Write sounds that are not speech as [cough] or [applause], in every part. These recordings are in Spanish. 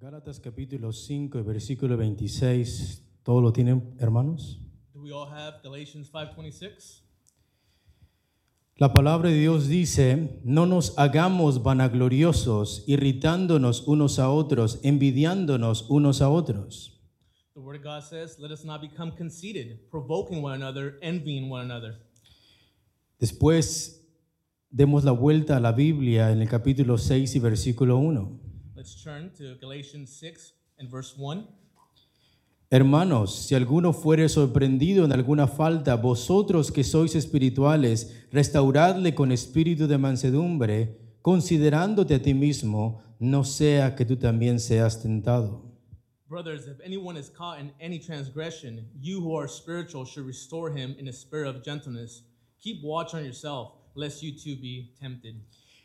Gálatas capítulo 5 y versículo 26. ¿Todo lo tienen, hermanos? Do we all have Galatians 5:26? La palabra de Dios dice, no nos hagamos vanagloriosos, irritándonos unos a otros, envidiándonos unos a otros. The word of God says, "Let us not become conceited, provoking one another, envying one another." Después demos la vuelta a la Biblia en el capítulo 6 y versículo 1. Let's turn to Galatians 6 and verse 1. Hermanos, si alguno fuere sorprendido en alguna falta, vosotros que sois espirituales, restauradle con espíritu de mansedumbre, considerándote a ti mismo, no sea que tú también seas tentado. Brothers, if anyone is caught in any transgression, you who are spiritual should restore him in a spirit of gentleness. Keep watch on yourself, lest you too be tempted.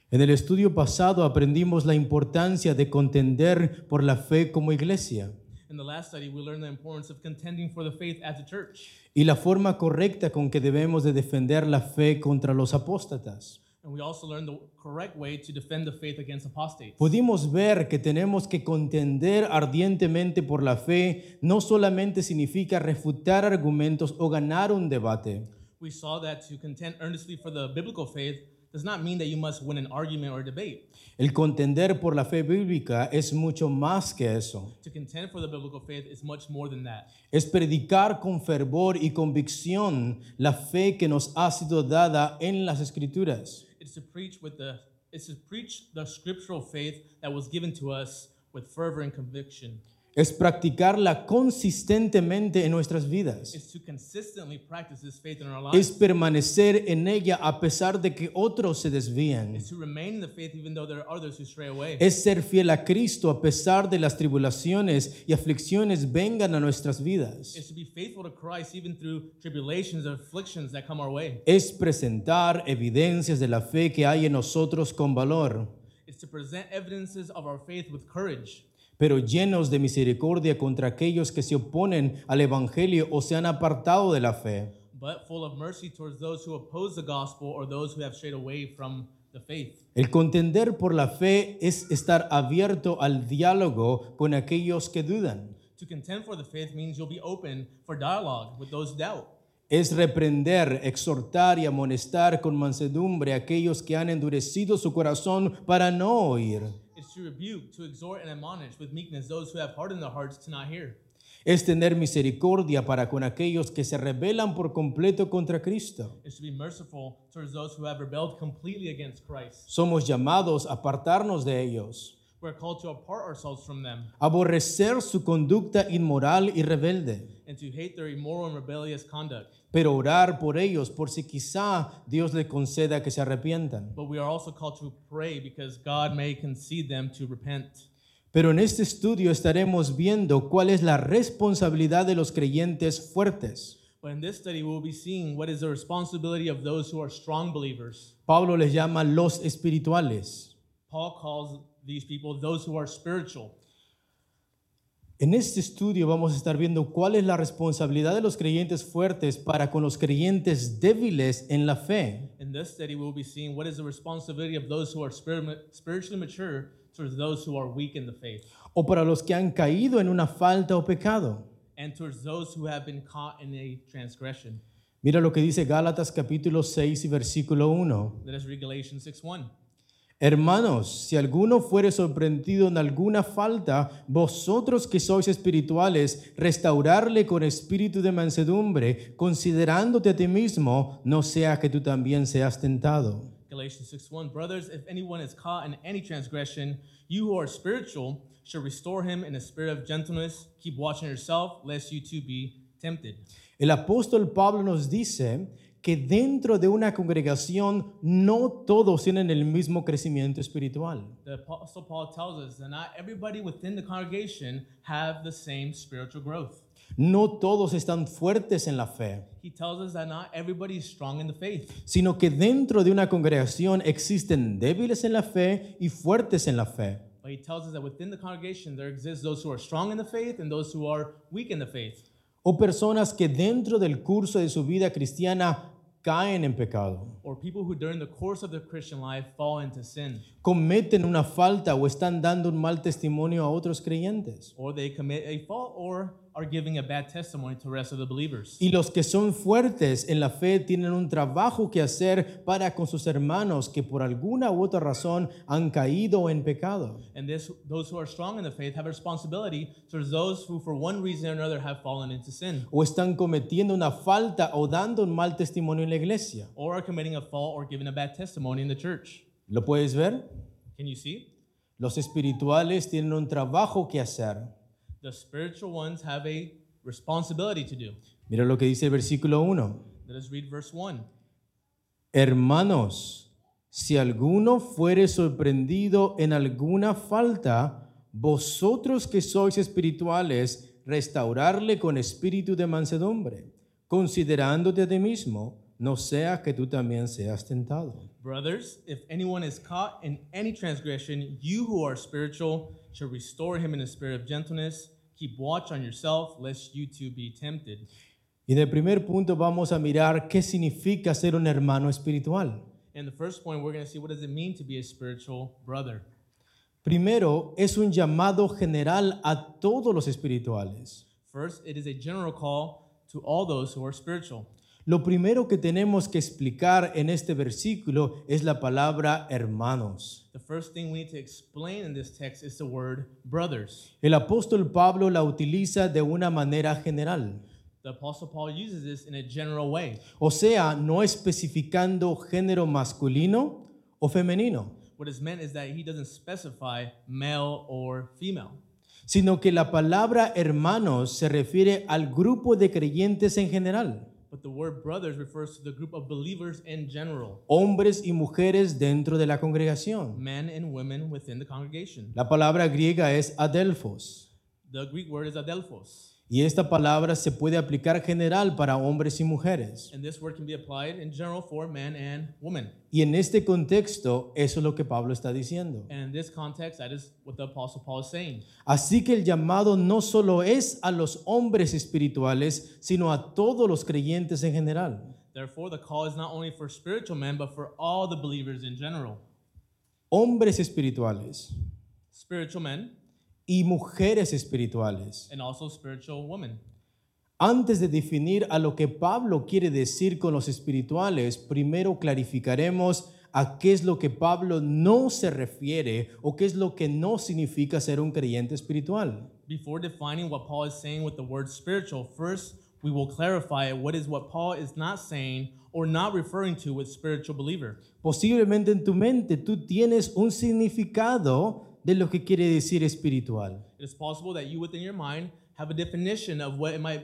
En el estudio pasado aprendimos la importancia de contender por la fe como iglesia In the last study, we learned the importance of contending for the faith as a church, y la forma correcta con que debemos de defender la fe contra los apóstatas. and we also learned the correct way to defend the faith against apostates. Pudimos ver que tenemos que contender ardientemente por la fe, no solamente significa refutar argumentos o ganar un debate, We saw that to contend earnestly for the biblical faith does not mean that you must win an argument or debate. el contender por la fe bíblica es mucho más que eso. To contend for the biblical faith is much more than that. Es predicar con fervor y convicción la fe que nos ha sido dada en las escrituras. It's to preach with the it's to preach the scriptural faith that was given to us with fervor and conviction. Es practicarla consistentemente en nuestras vidas. It's to consistently practice this faith in our lives. Es permanecer en ella a pesar de que otros se desvíen. It's to remain in the faith even though there are others who stray away. es ser fiel a Cristo a pesar de las tribulaciones y aflicciones vengan a nuestras vidas. It's to be faithful to Christ even through tribulations and afflictions that come our way. Es presentar evidencias de la fe que hay en nosotros con valor, It's to present evidences of our faith with courage. pero llenos de misericordia contra aquellos que se oponen al Evangelio o se han apartado de la fe. but full of mercy towards those who oppose the gospel or those who have strayed away from the faith. El contender por la fe es estar abierto al diálogo con aquellos que dudan. To contend for the faith means you'll be open for dialogue with those who doubt. Es reprender, exhortar y amonestar con mansedumbre a aquellos que han endurecido su corazón para no oír. It's to rebuke, to exhort, and admonish with meekness those who have hardened their hearts to not hear. es tener misericordia para con aquellos que se rebelan por completo contra Cristo. It's to be merciful towards those who have rebelled completely against Christ. Somos llamados a apartarnos de ellos, We're called to apart ourselves from them aborrecer su conducta inmoral y rebelde, and to hate their immoral and rebellious conduct. pero orar por ellos por si quizá Dios les conceda que se arrepientan. But we are also called to pray because God may concede them to repent. Pero en este estudio estaremos viendo cuál es la responsabilidad de los creyentes fuertes. But in this study, we will be seeing what is the responsibility of those who are strong believers. Pablo les llama los espirituales. Paul calls these people those who are spiritual. En este estudio vamos a estar viendo cuál es la responsabilidad de los creyentes fuertes para con los creyentes débiles en la fe. In this study, we will be seeing what is the responsibility of those who are spir- spiritually mature towards those who are weak in the faith o para los que han caído en una falta o pecado. and towards those who have been caught in a transgression. Mira lo que dice Gálatas capítulo 6 y versículo 1. Let us read Galatians 6 1. Hermanos, si alguno fuere sorprendido en alguna falta, vosotros que sois espirituales, restaurarle con espíritu de mansedumbre, considerándote a ti mismo, no sea que tú también seas tentado. Galatians 6 1. Brothers, if anyone is caught in any transgression, you who are spiritual should restore him in a spirit of gentleness. Keep watching yourself, lest you too be tempted. El apóstol Pablo nos dice que dentro de una congregación no todos tienen el mismo crecimiento espiritual. The Apostle Paul tells us that not everybody within the congregation have the same spiritual growth. No todos están fuertes en la fe, He tells us that not everybody is strong in the faith, sino que dentro de una congregación existen débiles en la fe y fuertes en la fe. but he tells us that within the congregation there exists those who are strong in the faith and those who are weak in the faith. o personas que dentro del curso de su vida cristiana caen en pecado, or people who during the course of their Christian life fall into sin, cometen una falta o están dando un mal testimonio a otros creyentes. or they commit a fault, or are giving a bad testimony to the rest of the believers. Y los que son fuertes en la fe tienen un trabajo que hacer para con sus hermanos que por alguna u otra razón han caído en pecado. And this, those who are strong in the faith have a responsibility towards those who, for one reason or another, have fallen into sin, o están cometiendo una falta o dando un mal testimonio en la iglesia. or are committing a fault, or giving a bad testimony in the church. ¿Lo puedes ver? Can you see? Los espirituales tienen un trabajo que hacer. The spiritual ones have a responsibility to do. Mira lo que dice el versículo 1. Let us read verse 1. Hermanos, si alguno fuere sorprendido en alguna falta, vosotros que sois espirituales, restaurarle con espíritu de mansedumbre, considerándote a ti mismo, no sea que tú también seas tentado. Brothers, if anyone is caught in any transgression, you who are spiritual should restore him in a spirit of gentleness. Keep watch on yourself, lest you too be tempted. Y en el primer punto vamos a mirar qué significa ser un hermano espiritual. And the first point, we're going to see what does it mean to be a spiritual brother. Primero, es un llamado general a todos los espirituales. First, it is a general call to all those who are spiritual. Lo primero que tenemos que explicar en este versículo es la palabra hermanos. The first thing we need to explain in this text is the word brothers. El apóstol Pablo la utiliza de una manera general, The Apostle Paul uses this in a general way, o sea, no especificando género masculino o femenino, What is meant is that he doesn't specify male or female, sino que la palabra hermanos se refiere al grupo de creyentes en general. but the word brothers refers to the group of believers in general, hombres y mujeres dentro de la congregación. men and women within the congregation. La palabra griega es adelphos The Greek word is adelphos, y esta palabra se puede aplicar general para hombres y mujeres. and this word can be applied in general for men and women. Y en este contexto eso es lo que Pablo está diciendo. And in this context, that is what the Apostle Paul is saying. Así que el llamado no solo es a los hombres espirituales, sino a todos los creyentes en general. Therefore, the call is not only for spiritual men, but for all the believers in general. Hombres espirituales Spiritual men y mujeres espirituales. and also spiritual women. Antes de definir a lo que Pablo quiere decir con los espirituales, primero clarificaremos a qué es lo que Pablo no se refiere o qué es lo que no significa ser un creyente espiritual. Before defining what Paul is saying with the word spiritual, first we will clarify what is what Paul is not saying or not referring to with spiritual believer. Posiblemente en tu mente tú tienes un significado de lo que quiere decir espiritual. It is possible that you within your mind have a definition of what it might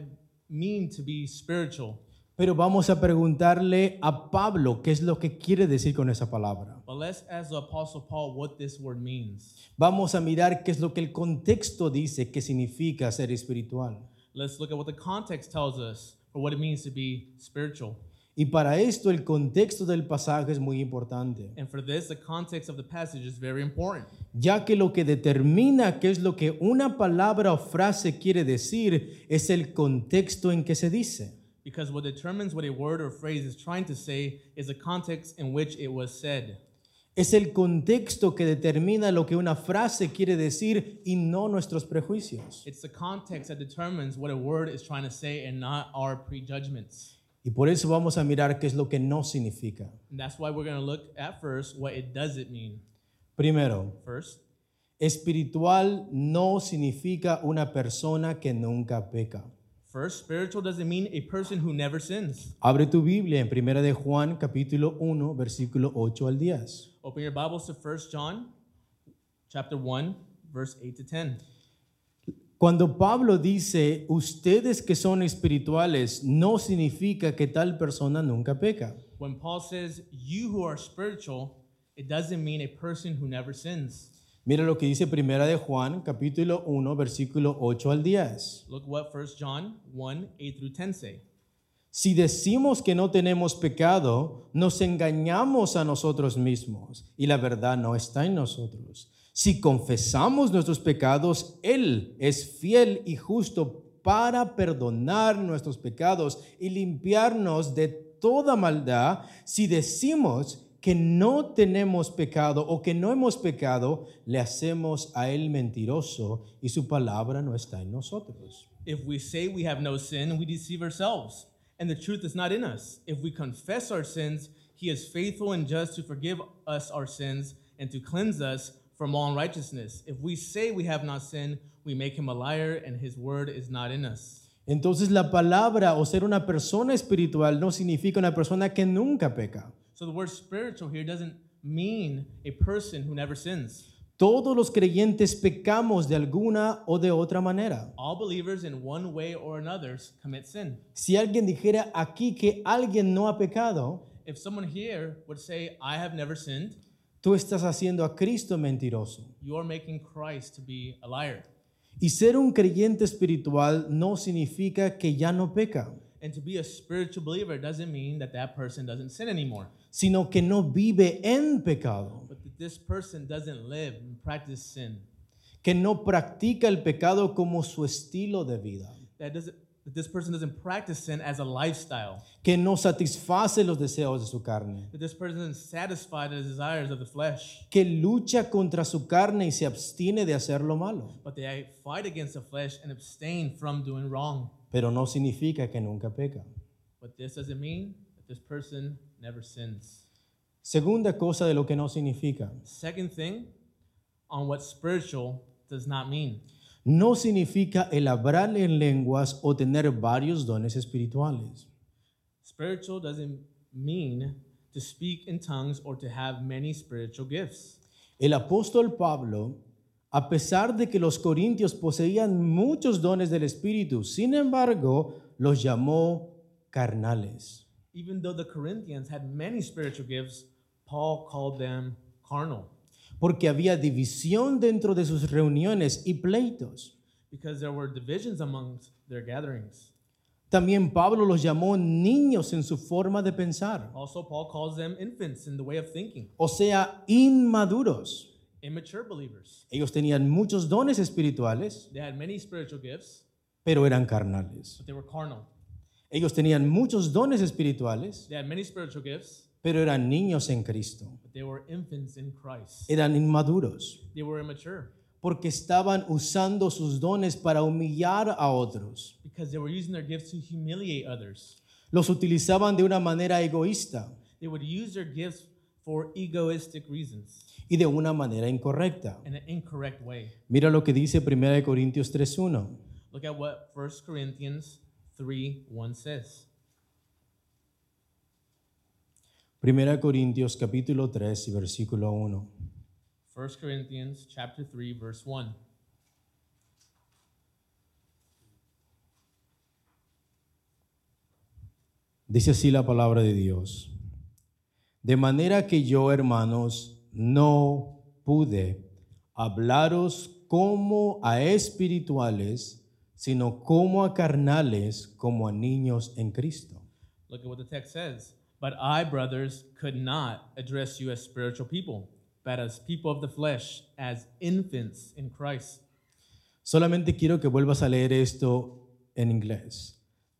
mean to be spiritual. Pero vamos a preguntarle a Pablo qué es lo que quiere decir con esa palabra. But let's ask the Apostle Paul what this word means. Vamos a mirar qué es lo que el contexto dice que significa ser espiritual. Let's look at what the context tells us for what it means to be spiritual. Y para esto el contexto del pasaje es muy importante, And for this, the context of the passage is very important ya que lo que determina qué es lo que una palabra o frase quiere decir es el contexto en que se dice. because what determines what a word or phrase is trying to say is the context in which it was said. Es el contexto que determina lo que una frase quiere decir y no nuestros prejuicios. It's the context that determines what a word is trying to say and not our prejudgments. Y por eso vamos a mirar qué es lo que no significa. And that's why we're going to look at first what it doesn't mean. Primero, First, espiritual no significa una persona que nunca peca. first spiritual doesn't mean a person who never sins. Abre tu Biblia en 1 de Juan capítulo 1 versículo 8 al 10. Open your Bibles to 1 John chapter 1 verse 8 to 10. Cuando Pablo dice, ustedes que son espirituales, no significa que tal persona nunca peca. When Paul says you who are spiritual, it doesn't mean a person who never sins. Mira lo que dice Primera de Juan, capítulo 1, versículo 8 al 10. Look what 1 John 1 8 through 10 say. Si decimos que no tenemos pecado, nos engañamos a nosotros mismos y la verdad no está en nosotros. Si confesamos nuestros pecados, Él es fiel y justo para perdonar nuestros pecados y limpiarnos de toda maldad si decimos que no tenemos pecado o que no hemos pecado, le hacemos a él mentiroso y su palabra no está en nosotros. If we say we have no sin, we deceive ourselves, and the truth is not in us. If we confess our sins, he is faithful and just to forgive us our sins and to cleanse us from all unrighteousness. If we say we have not sinned, we make him a liar, and his word is not in us. Entonces la palabra o ser una persona espiritual no significa una persona que nunca peca. So the word spiritual here doesn't mean a person who never sins. Todos los creyentes pecamos de alguna o de otra manera. All believers in one way or another commit sin. Si alguien dijera aquí que alguien no ha pecado, If someone here would say, I have never sinned, tú estás haciendo a Cristo mentiroso. you're making Christ to be a liar. Y ser un creyente espiritual no significa que ya no peca, And to be a spiritual believer doesn't mean that that person doesn't sin anymore, sino que no vive en pecado, but that this person doesn't live and practice sin. que no practica el pecado como su estilo de vida, That doesn't that this person doesn't practice sin as a lifestyle. que no satisface los deseos de su carne, That this person isn't satisfied the desires of the flesh, que lucha contra su carne y se abstiene de hacer lo malo, but they fight against the flesh and abstain from doing wrong. pero no significa que nunca peca. But this doesn't mean that this person never sins. Segunda cosa de lo que no significa. Second thing on what spiritual does not mean. No significa el hablar en lenguas o tener varios dones espirituales. Spiritual doesn't mean to speak in tongues or to have many spiritual gifts. El apóstol Pablo, a pesar de que los corintios poseían muchos dones del Espíritu, sin embargo, los llamó carnales. Even though the Corinthians had many spiritual gifts, Paul called them carnal porque había división dentro de sus reuniones y pleitos. because there were divisions amongst their gatherings. También Pablo los llamó niños en su forma de pensar, Also, Paul calls them infants in the way of thinking, o sea, inmaduros. immature believers. Ellos tenían muchos dones espirituales, They had many spiritual gifts, pero eran carnales. but they were carnal. Ellos tenían muchos dones espirituales, They had many spiritual gifts, pero eran niños en Cristo. but they were infants in Christ. Eran inmaduros. They were immature porque estaban usando sus dones para humillar a otros. because they were using their gifts to humiliate others. Los utilizaban de una manera egoísta They would use their gifts for egoistic reasons y de una manera incorrecta. in an incorrect way. Mira lo que dice 1 de Corintios 3:1. Look at what 1 Corinthians 3 1 says. 1 de Corintios capítulo 3 y versículo 1. 1 Corinthians chapter 3 verse 1. Dice así la palabra de Dios. De manera que yo, hermanos, no pude hablaros como a espirituales, sino como a carnales, como a niños en Cristo. Look at what the text says. But I, brothers, could not address you as spiritual people, but as people of the flesh, as infants in Christ. Solamente quiero que vuelvas a leer esto en inglés.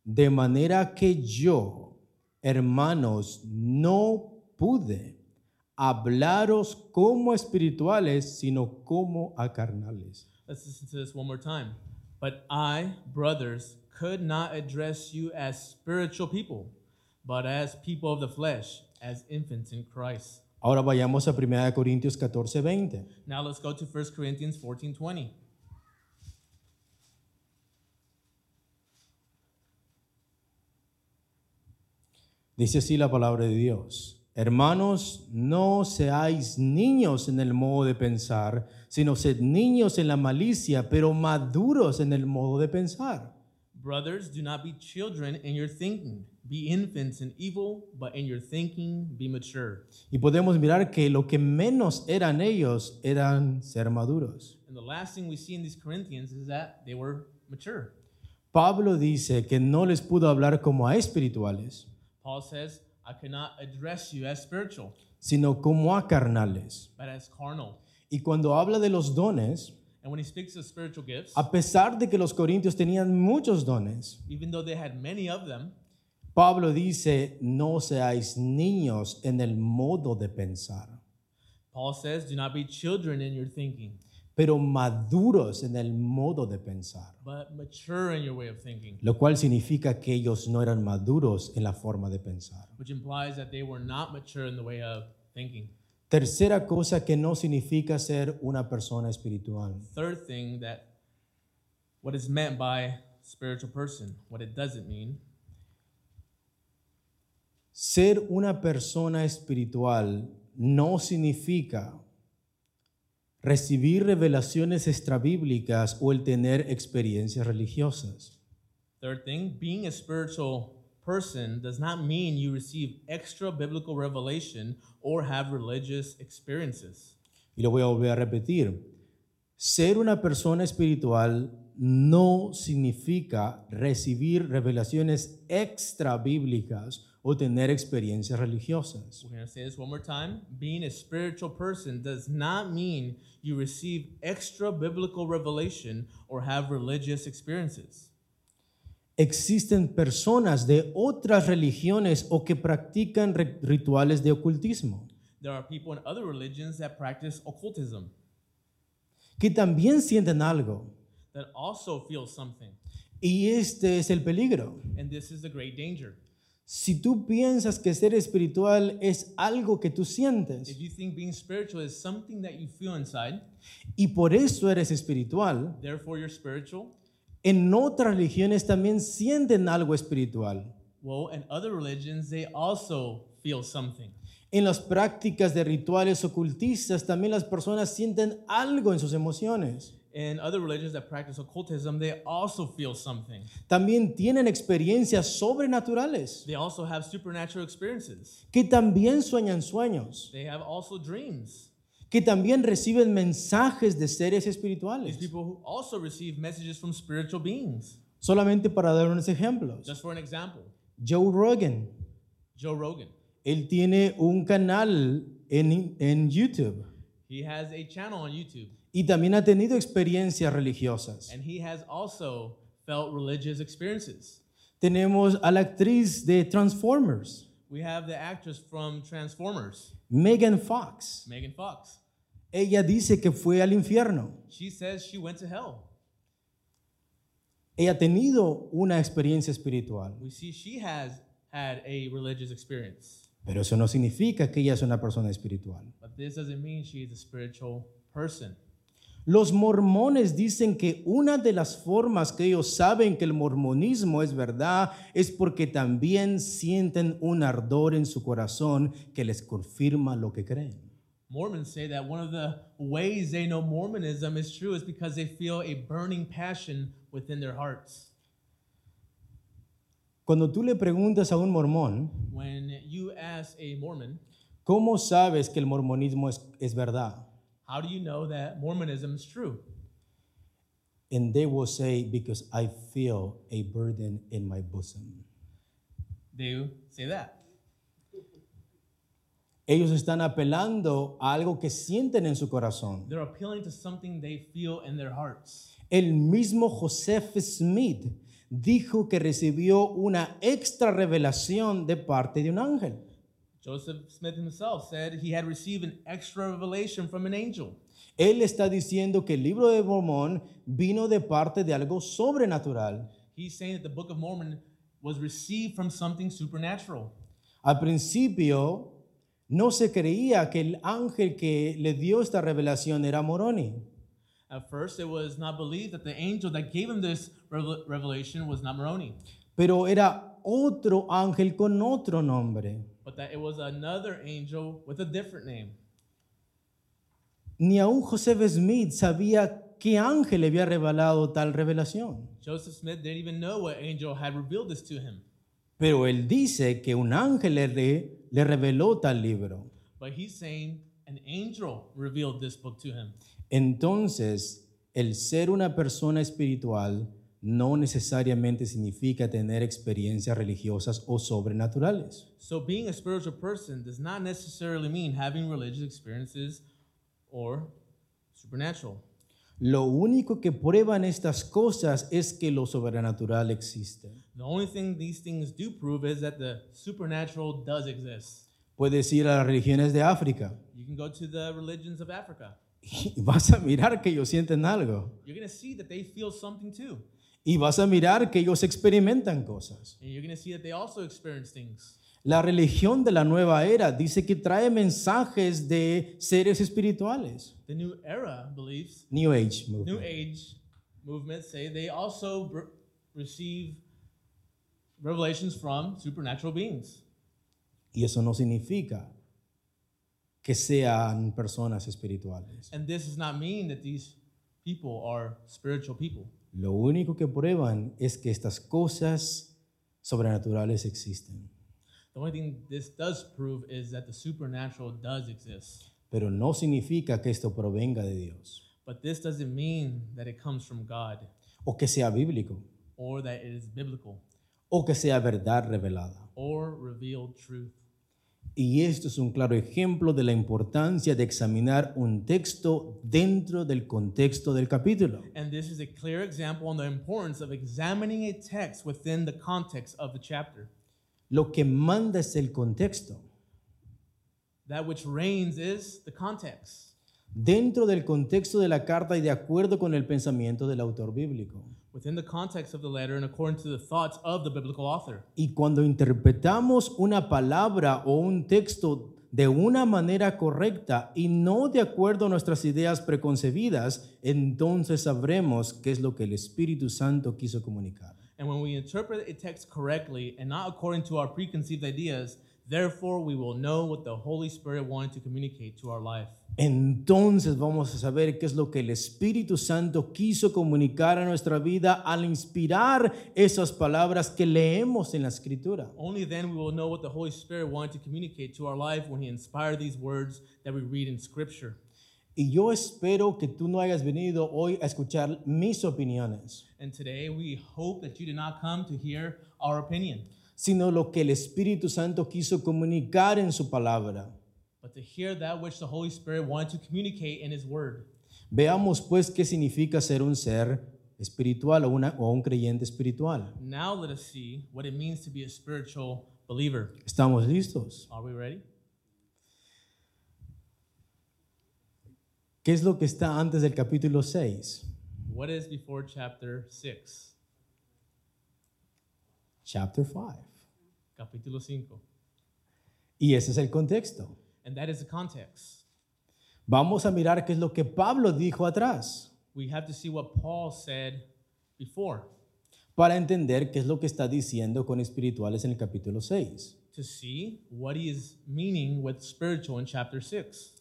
De manera que yo, hermanos, no pude hablaros como espirituales, sino como a carnales. Let's listen to this one more time. But I, brothers, could not address you as spiritual people, but as people of the flesh, as infants in Christ. Ahora vayamos a 1 Corintios 14, 20. Now let's go to 1 Corinthians 14 20. Dice así la palabra de Dios. Hermanos, no seáis niños en el modo de pensar, sino sed niños en la malicia, pero maduros en el modo de pensar. Brothers, do not be children in your thinking. Be infants in evil, but in your thinking be mature. Y podemos mirar que lo que menos eran ellos eran ser maduros. And the last thing we see in these Corinthians is that they were mature. Pablo dice que no les pudo hablar como a espirituales, Paul says, I cannot address you as spiritual, sino como a carnales. but as carnal. Y cuando habla de los dones, And And when he speaks of spiritual gifts, A pesar de que los corintios tenían muchos dones, even though they had many of them, Pablo dice, no seáis niños en el modo de pensar, Paul says, do not be children in your thinking, pero maduros en el modo de pensar, but mature in your way of thinking, lo cual significa que ellos no eran maduros en la forma de pensar. which implies that they were not mature in the way of thinking. Tercera cosa que no significa ser una persona espiritual. Third thing that what is meant by spiritual person, what it doesn't mean. Ser una persona espiritual no significa recibir revelaciones extrabíblicas o el tener experiencias religiosas. Third thing, being a spiritual person does not mean you receive extra biblical revelation or have religious experiences. Y lo voy a volver a repetir. Ser una persona espiritual no significa recibir revelaciones extrabíblicas o tener experiencias religiosas. We're going to say this one more time. Being a spiritual person does not mean you receive extra biblical revelation or have religious experiences. Existen personas de otras religiones o que practican re- rituales de ocultismo. There are people in other religions that practice occultism que también sienten algo. that also feel something. Y este es el peligro. And this is the great danger. Si tú piensas que ser espiritual es algo que tú If sientes you think being spiritual is something that you feel inside, y por eso eres espiritual, therefore you're spiritual, en otras religiones también sienten algo espiritual. well, in other religions, they also feel something. En las prácticas de rituales ocultistas también las personas sienten algo en sus emociones. In other religions that practice occultism, they also feel something. También tienen experiencias sobrenaturales, They also have supernatural experiences. que también sueñan sueños, They have also dreams. que también reciben mensajes de seres These espirituales. people who also receive messages from spiritual beings. Solamente para dar unos ejemplos. Just for an example, Joe Rogan, Joe Rogan. él tiene un canal en, en YouTube He has a channel on YouTube y también ha tenido experiencias religiosas. and he has also felt religious experiences. Tenemos a la actriz de Transformers, We have the actress from Transformers, Megan Fox. Megan Fox. Ella dice que fue al infierno. She says she went to hell. Ella ha tenido una experiencia espiritual, We see she has had a religious experience, pero eso no significa que ella es una persona espiritual. but this doesn't mean she is a spiritual person. Los mormones dicen que una de las formas que ellos saben que el mormonismo es verdad es porque también sienten un ardor en su corazón que les confirma lo que creen. Mormons say that one of the ways they know Mormonism is true is because they feel a burning passion within their hearts. Cuando tú le preguntas a un mormón, When you ask a Mormon, ¿cómo sabes que el mormonismo es, es verdad? how do you know that Mormonism is true? And they will say, because I feel a burden in my bosom. They say that. Ellos están apelando a algo que sienten en su corazón. They're appealing to something they feel in their hearts. El mismo Joseph Smith dijo que recibió una extra revelación de parte de un ángel. Joseph Smith himself said he had received an extra revelation from an angel. Él está diciendo que el libro de Mormón vino de parte de algo sobrenatural. He's saying that the Book of Mormon was received from something supernatural. Al principio no se creía que el ángel que le dio esta revelación era Moroni, At first, it was not believed that the angel that gave him this revel- revelation was not Moroni, pero era otro ángel con otro nombre. but that it was another angel with a different name. Ni aún Joseph Smith sabía qué ángel le había revelado tal revelación. Joseph Smith didn't even know what angel had revealed this to him, Pero él dice que un ángel le, re- le reveló tal libro. but he's saying an angel revealed this book to him. Entonces, el ser una persona espiritual no necesariamente significa tener experiencias religiosas o sobrenaturales. So, being a spiritual person does not necessarily mean having religious experiences or supernatural. Lo único que prueban estas cosas es que lo sobrenatural existe. The only thing these things do prove is that the supernatural does exist. Puedes ir a las religiones de África You can go to the religions of Africa. y vas a mirar que ellos sienten algo. You're going to see that they feel something too. Y vas a mirar que ellos experimentan cosas. And you're going to see that they also experience things. La religión de la nueva era dice que trae mensajes de seres espirituales. The new era beliefs, New Age movement. new age movements say they also br- receive revelations from supernatural beings. Y eso no significa que sean personas espirituales. And this does not mean that these people are spiritual people. Lo único que prueban es que estas cosas sobrenaturales existen, The only thing this does prove is that the supernatural does exist. pero no significa que esto provenga de Dios But this doesn't mean that it comes from God o que sea bíblico or that it is biblical o que sea verdad revelada. or revealed truth. Y esto es un claro ejemplo de la importancia de examinar un texto dentro del contexto del capítulo. And this is a clear example on the importance of examining a text within the context of the chapter. Lo que manda es el contexto. That which reigns is the context. dentro del contexto de la carta y de acuerdo con el pensamiento del autor bíblico. Within the context of the letter and according to the thoughts of the biblical author. Y cuando interpretamos una palabra o un texto de una manera correcta y no de acuerdo a nuestras ideas preconcebidas, entonces sabremos qué es lo que el Espíritu Santo quiso comunicar. And when we interpret a text correctly and not according to our preconceived ideas, therefore we will know what the Holy Spirit wanted to communicate to our life. Entonces vamos a saber qué es lo que el Espíritu Santo quiso comunicar a nuestra vida al inspirar esas palabras que leemos en la Escritura. Only then we will know what the Holy Spirit wanted to communicate to our life when He inspired these words that we read in Scripture. Y yo espero que tú no hayas venido hoy a escuchar mis opiniones, And today we hope that you did not come to hear our opinion, sino lo que el Espíritu Santo quiso comunicar en su palabra. but to hear that which the Holy Spirit wanted to communicate in His Word. Veamos pues qué significa ser un ser espiritual o, una- o un creyente espiritual. Now let us see what it means to be a spiritual believer. ¿Estamos listos? Are we ready? ¿Qué es lo que está antes del capítulo 6? What is before chapter 6? Chapter 5. Capítulo 5. Y ese es el contexto. And that is the context. Vamos a mirar qué es lo que Pablo dijo atrás We have to see what Paul said before para entender qué es lo que está diciendo con espirituales en el capítulo 6. to see what he is meaning with spiritual in chapter 6.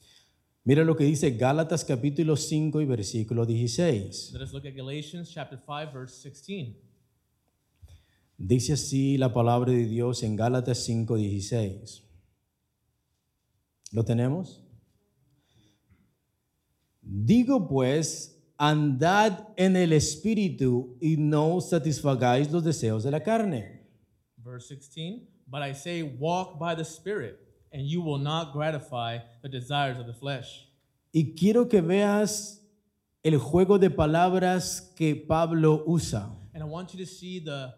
Mira lo que dice Gálatas capítulo 5 y versículo 16. Let us look at Galatians chapter 5 verse 16. Dice así la palabra de Dios en Gálatas 5, 16. ¿Lo tenemos? Digo pues, andad en el espíritu y no satisfagáis los deseos de la carne. Verse 16, but I say walk by the spirit and you will not gratify the desires of the flesh. Y quiero que veas el juego de palabras que Pablo usa. And I want you to see the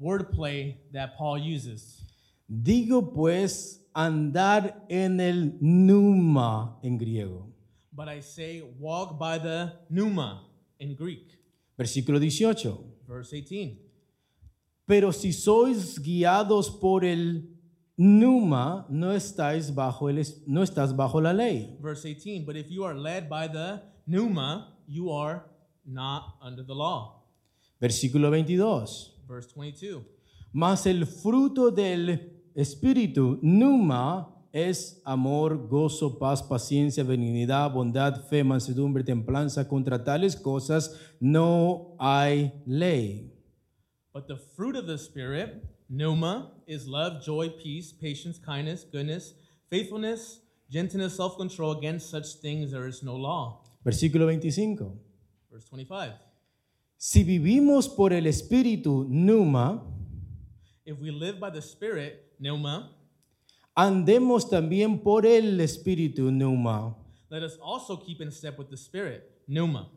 wordplay that Paul uses. Digo pues andar en el numa en griego. But I say walk by the pneuma in Greek. Versículo 18. Verse 18. Pero si sois guiados por el numa, no estáis bajo el es- no estás bajo la ley. Verse 18, but if you are led by the pneuma, you are not under the law. Versículo 22. Verse 22, Mas el fruto del espíritu numa es amor, gozo, paz, paciencia, benignidad, bondad, fe, mansedumbre, templanza. Contra tales cosas no hay ley. but the fruit of the Spirit, pneuma, is love, joy, peace, patience, kindness, goodness, faithfulness, gentleness, self control. Against such things there is no law. Versículo 25. Verse 25, Si vivimos por el espíritu Numa, if we live by the Spirit, pneuma, andemos también por el espíritu Numa. let us also keep in step with the Spirit, pneuma.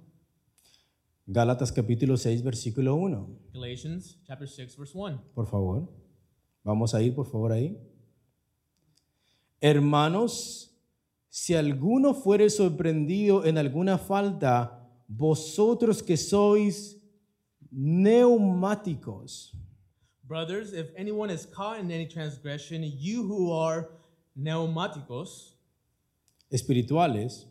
Gálatas capítulo 6, versículo 1. Galatians chapter 6 verse 1. Por favor. Vamos a ir, por favor, ahí. Hermanos, si alguno fuere sorprendido en alguna falta, vosotros que sois neumáticos, Brothers, if anyone is caught in any transgression, you who are pneumaticos, espirituales,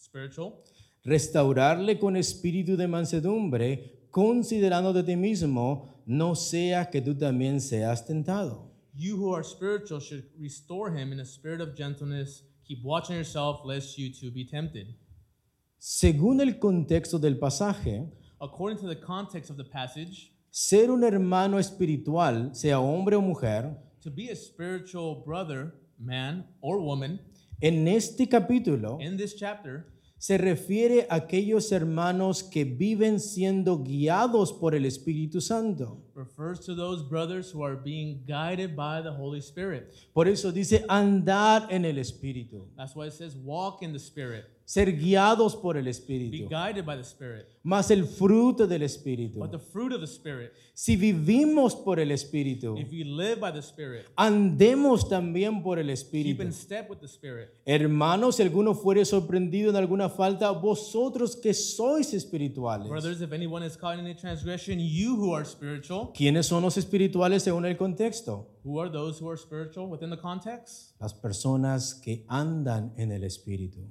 spiritual, restaurarle con espíritu de mansedumbre, considerando de ti mismo, no sea que tú también seas tentado. you who are spiritual should restore him in a spirit of gentleness. Keep watching yourself, lest you too be tempted. Según el contexto del pasaje, According to the context of the passage, ser un hermano espiritual, sea hombre o mujer, to be a spiritual brother, man, or woman, en este capítulo in this chapter, se refiere a aquellos hermanos que viven siendo guiados por el Espíritu Santo. refers to those brothers who are being guided by the Holy Spirit. Por eso dice andar en el Espíritu, That's why it says, walk in the Spirit, ser guiados por el be Espíritu, guided by the Spirit. más el fruto del Espíritu. But the fruit of the Spirit, Si vivimos por el Espíritu, if you live by the Spirit, andemos también por el keep Espíritu. in step with the Spirit. Hermanos, si alguno fuere sorprendido en alguna falta, vosotros que sois espirituales. Brothers, if anyone is caught in any transgression, you who are spiritual, ¿Quiénes son los espirituales según el contexto? who are those who are spiritual within the context? Las personas que andan en el Espíritu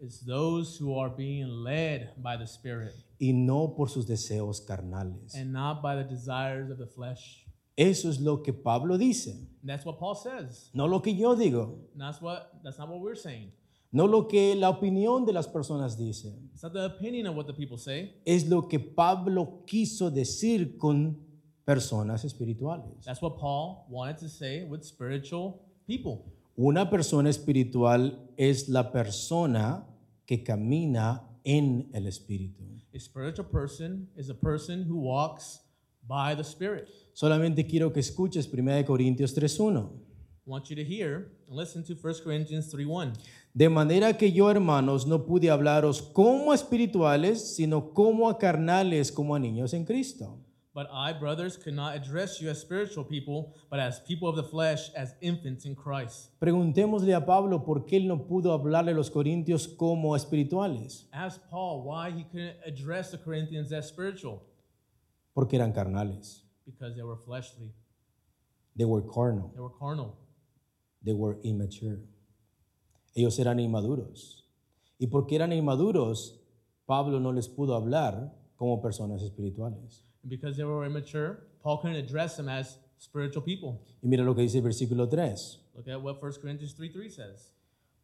It's those who are being led by the Spirit y no por sus deseos carnales. and not by the desires of the flesh. Eso es lo que Pablo dice, And that's what Paul says. no lo que yo digo, And that's what that's not what we're saying. no lo que la opinión de las personas dice. It's not the opinion of what the people say. Es lo que Pablo quiso decir con personas espirituales. That's what Paul wanted to say with spiritual people. Una persona espiritual es la persona que camina en el Espíritu. A spiritual person is a person who walks by the Spirit. Solamente quiero que escuches 1 Corintios 3.1. I want you to hear and listen to 1 Corinthians 3:1. De manera que yo, hermanos, no pude hablaros como a espirituales, sino como a carnales, como a niños en Cristo. But I, brothers, could not address you as spiritual people, but as people of the flesh, as infants in Christ. Preguntémosle a Pablo por qué él no pudo hablarle a los corintios como a espirituales, Ask Paul why he couldn't address the Corinthians as spiritual, porque eran carnales. because they were fleshly, They were carnal, they were carnal. they were immature. Ellos eran inmaduros. Y porque eran inmaduros, Pablo no les pudo hablar como personas espirituales. And because they were immature, Paul couldn't address them as spiritual people. Y mira lo que dice el versículo 3. Look at what 1 Corinthians 3 3 says.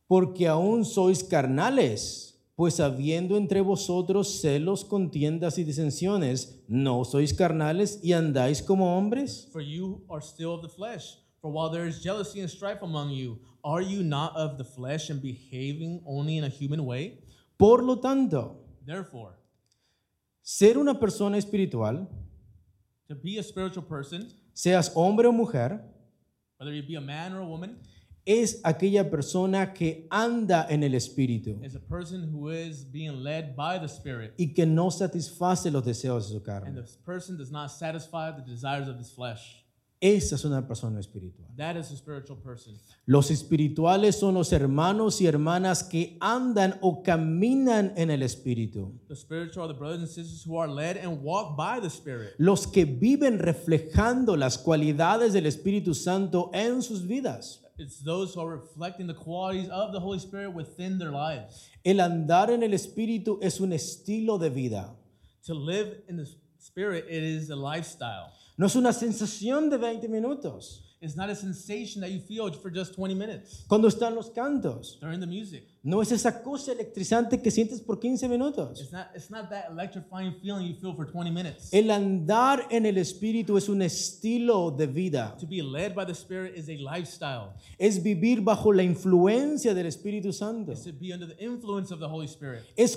porque aún sois carnales, pues habiendo entre vosotros celos, contiendas y disensiones, ¿no sois carnales y andáis como hombres? For you are still of the flesh. For while there is jealousy and strife among you, are you not of the flesh and behaving only in a human way? Por lo tanto, Therefore, ser una persona espiritual, to be a spiritual person, seas hombre o mujer, whether you be a man or a woman, es aquella persona que anda en el espíritu is a person who is being led by the Spirit, y que no satisface los deseos de su and carne. this person does not satisfy the desires of his flesh. Esa es una persona espiritual. That is a spiritual person. Los espirituales son los hermanos y hermanas que andan o caminan en el espíritu. The spiritual are the brothers and sisters who are led and walk by the Spirit, los que viven reflejando las cualidades del Espíritu Santo en sus vidas. it's those who are reflecting the qualities of the Holy Spirit within their lives. El andar en el Espíritu es un estilo de vida, To live in the Spirit, it is a lifestyle. no es una sensación de 20 minutos It's not a sensation that you feel for just 20 minutes cuando están los cantos, during the music. no es esa cosa electrizante que sientes por 15 minutos. It's not, it's not that electrifying feeling you feel for 20 minutes. El andar en el Espíritu es un estilo de vida, to be led by the Spirit is a lifestyle. es vivir bajo la influencia del Espíritu Santo. It's to be under the influence of the Holy Spirit. Es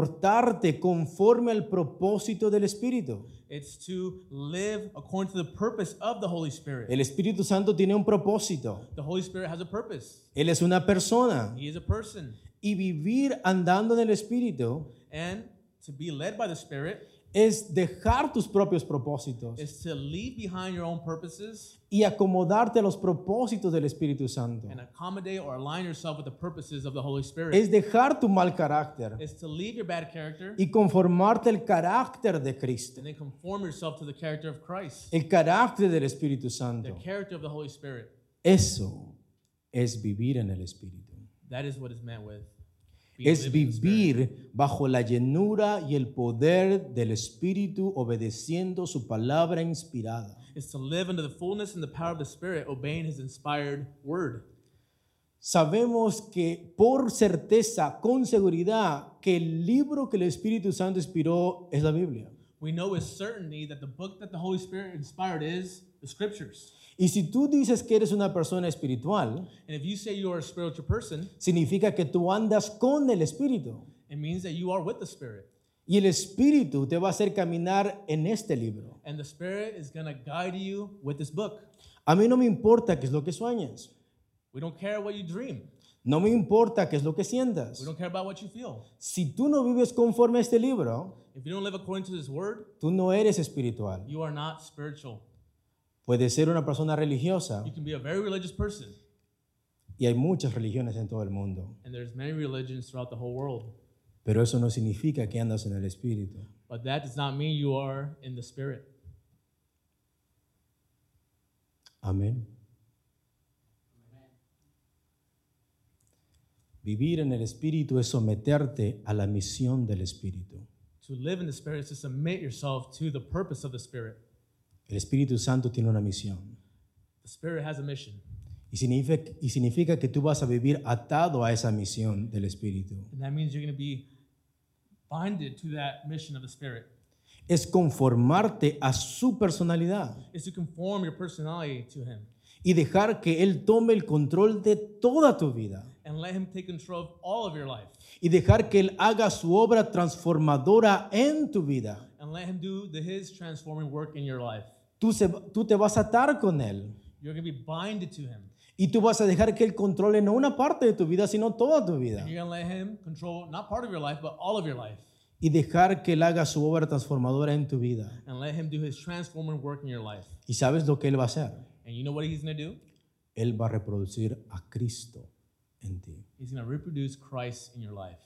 comportarte conforme al propósito del Espíritu. It's to live according to the purpose of the Holy Spirit. El Espíritu Santo tiene un propósito. The Holy Spirit has a purpose. Él es una persona He is a person. y vivir andando en el Espíritu And to be led by the Spirit, es dejar tus propios propósitos is to leave behind your own purposes y acomodarte a los propósitos del Espíritu Santo. and accommodate or align yourself with the purposes of the Holy Spirit. Es dejar tu mal carácter Is to leave your bad character y conformarte al carácter de Cristo, and then conform yourself to the character of Christ, el carácter del Espíritu the Santo. character of the Holy Spirit. Eso es vivir en el Espíritu. That is what is meant with. being Es living in the Spirit. vivir bajo la llenura y el poder del Espíritu obedeciendo su palabra inspirada. Is to live under the fullness and the power of the Spirit, obeying His inspired word. Sabemos que por certeza, con seguridad, que el libro que el Espíritu Santo inspiró es la Biblia. We know with certainty that the book that the Holy Spirit inspired is the Scriptures. Y si tú dices que eres una persona espiritual, And if you say you are a spiritual person, significa que tú andas con el Espíritu. it means that you are with the Spirit. Y el Espíritu te va a hacer caminar en este libro. And the Spirit is going to guide you with this book. A mí no me importa qué es lo que sueñas. We don't care what you dream, No me importa qué es lo que sientas. we don't care about what you feel. Si tú no vives conforme a este libro, If you don't live according to this word, tú no eres espiritual. you are not spiritual. Puedes ser una persona religiosa You can be a very religious person, y hay muchas religiones en todo el mundo, and there's many religions throughout the whole world. pero eso no significa que andas en el espíritu. But that does not mean you are in the Spirit. Amén. Vivir en el espíritu es someterte a la misión del espíritu. To live in the Spirit is to submit yourself to the purpose of the Spirit. El Espíritu Santo tiene una misión The Spirit has a mission. y significa, y significa que tú vas a vivir atado a esa misión del espíritu. And that means you're going to be binded to that mission of the Spirit. Es conformarte a su personalidad. Is to conform your personality to Him y dejar que Él tome el control de toda tu vida and let Him take control of all of your life y dejar que Él haga su obra transformadora en tu vida. and let Him do the, His transforming work in your life. Tú, se- tú te vas a atar con Él You're going to be binded to Him. y tú vas a dejar que Él controle no una parte de tu vida, sino toda tu vida. And you're going to let Him control not part of your life, but all of your life Y dejar que Él haga su obra transformadora en tu vida. and let Him do His transforming work in your life. ¿Y sabes lo que Él va a hacer? And you know what He's going to do? Él va a reproducir a Cristo en ti. He's going to reproduce Christ in your life.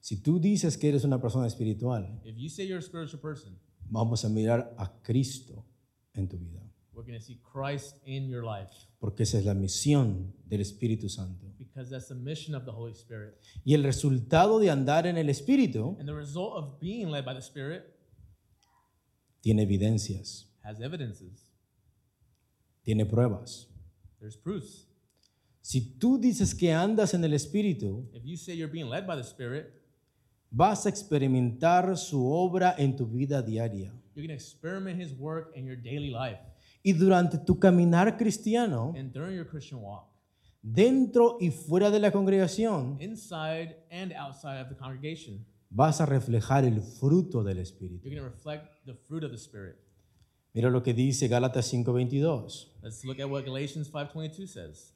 Si tú dices que eres una persona espiritual, If you say you're a spiritual person, vamos a mirar a Cristo en tu vida, we're going to see Christ in your life porque esa es la misión del Espíritu Santo. because that's the mission of the Holy Spirit. Y el resultado de andar en el Espíritu And the result of being led by the Spirit tiene evidencias, has evidences. tiene pruebas. There's proofs. Si tú dices que andas en el Espíritu, If you say you're being led by the Spirit, vas a experimentar su obra en tu vida diaria. you're going to experiment His work in your daily life Y durante tu caminar cristiano, and during your Christian walk, dentro y fuera de la congregación, inside and outside of the congregation. vas a reflejar el fruto del Espíritu. You're going to reflect the fruit of the Spirit. Mira lo que dice Gálatas 5:22. Let's look at what Galatians 5:22 says.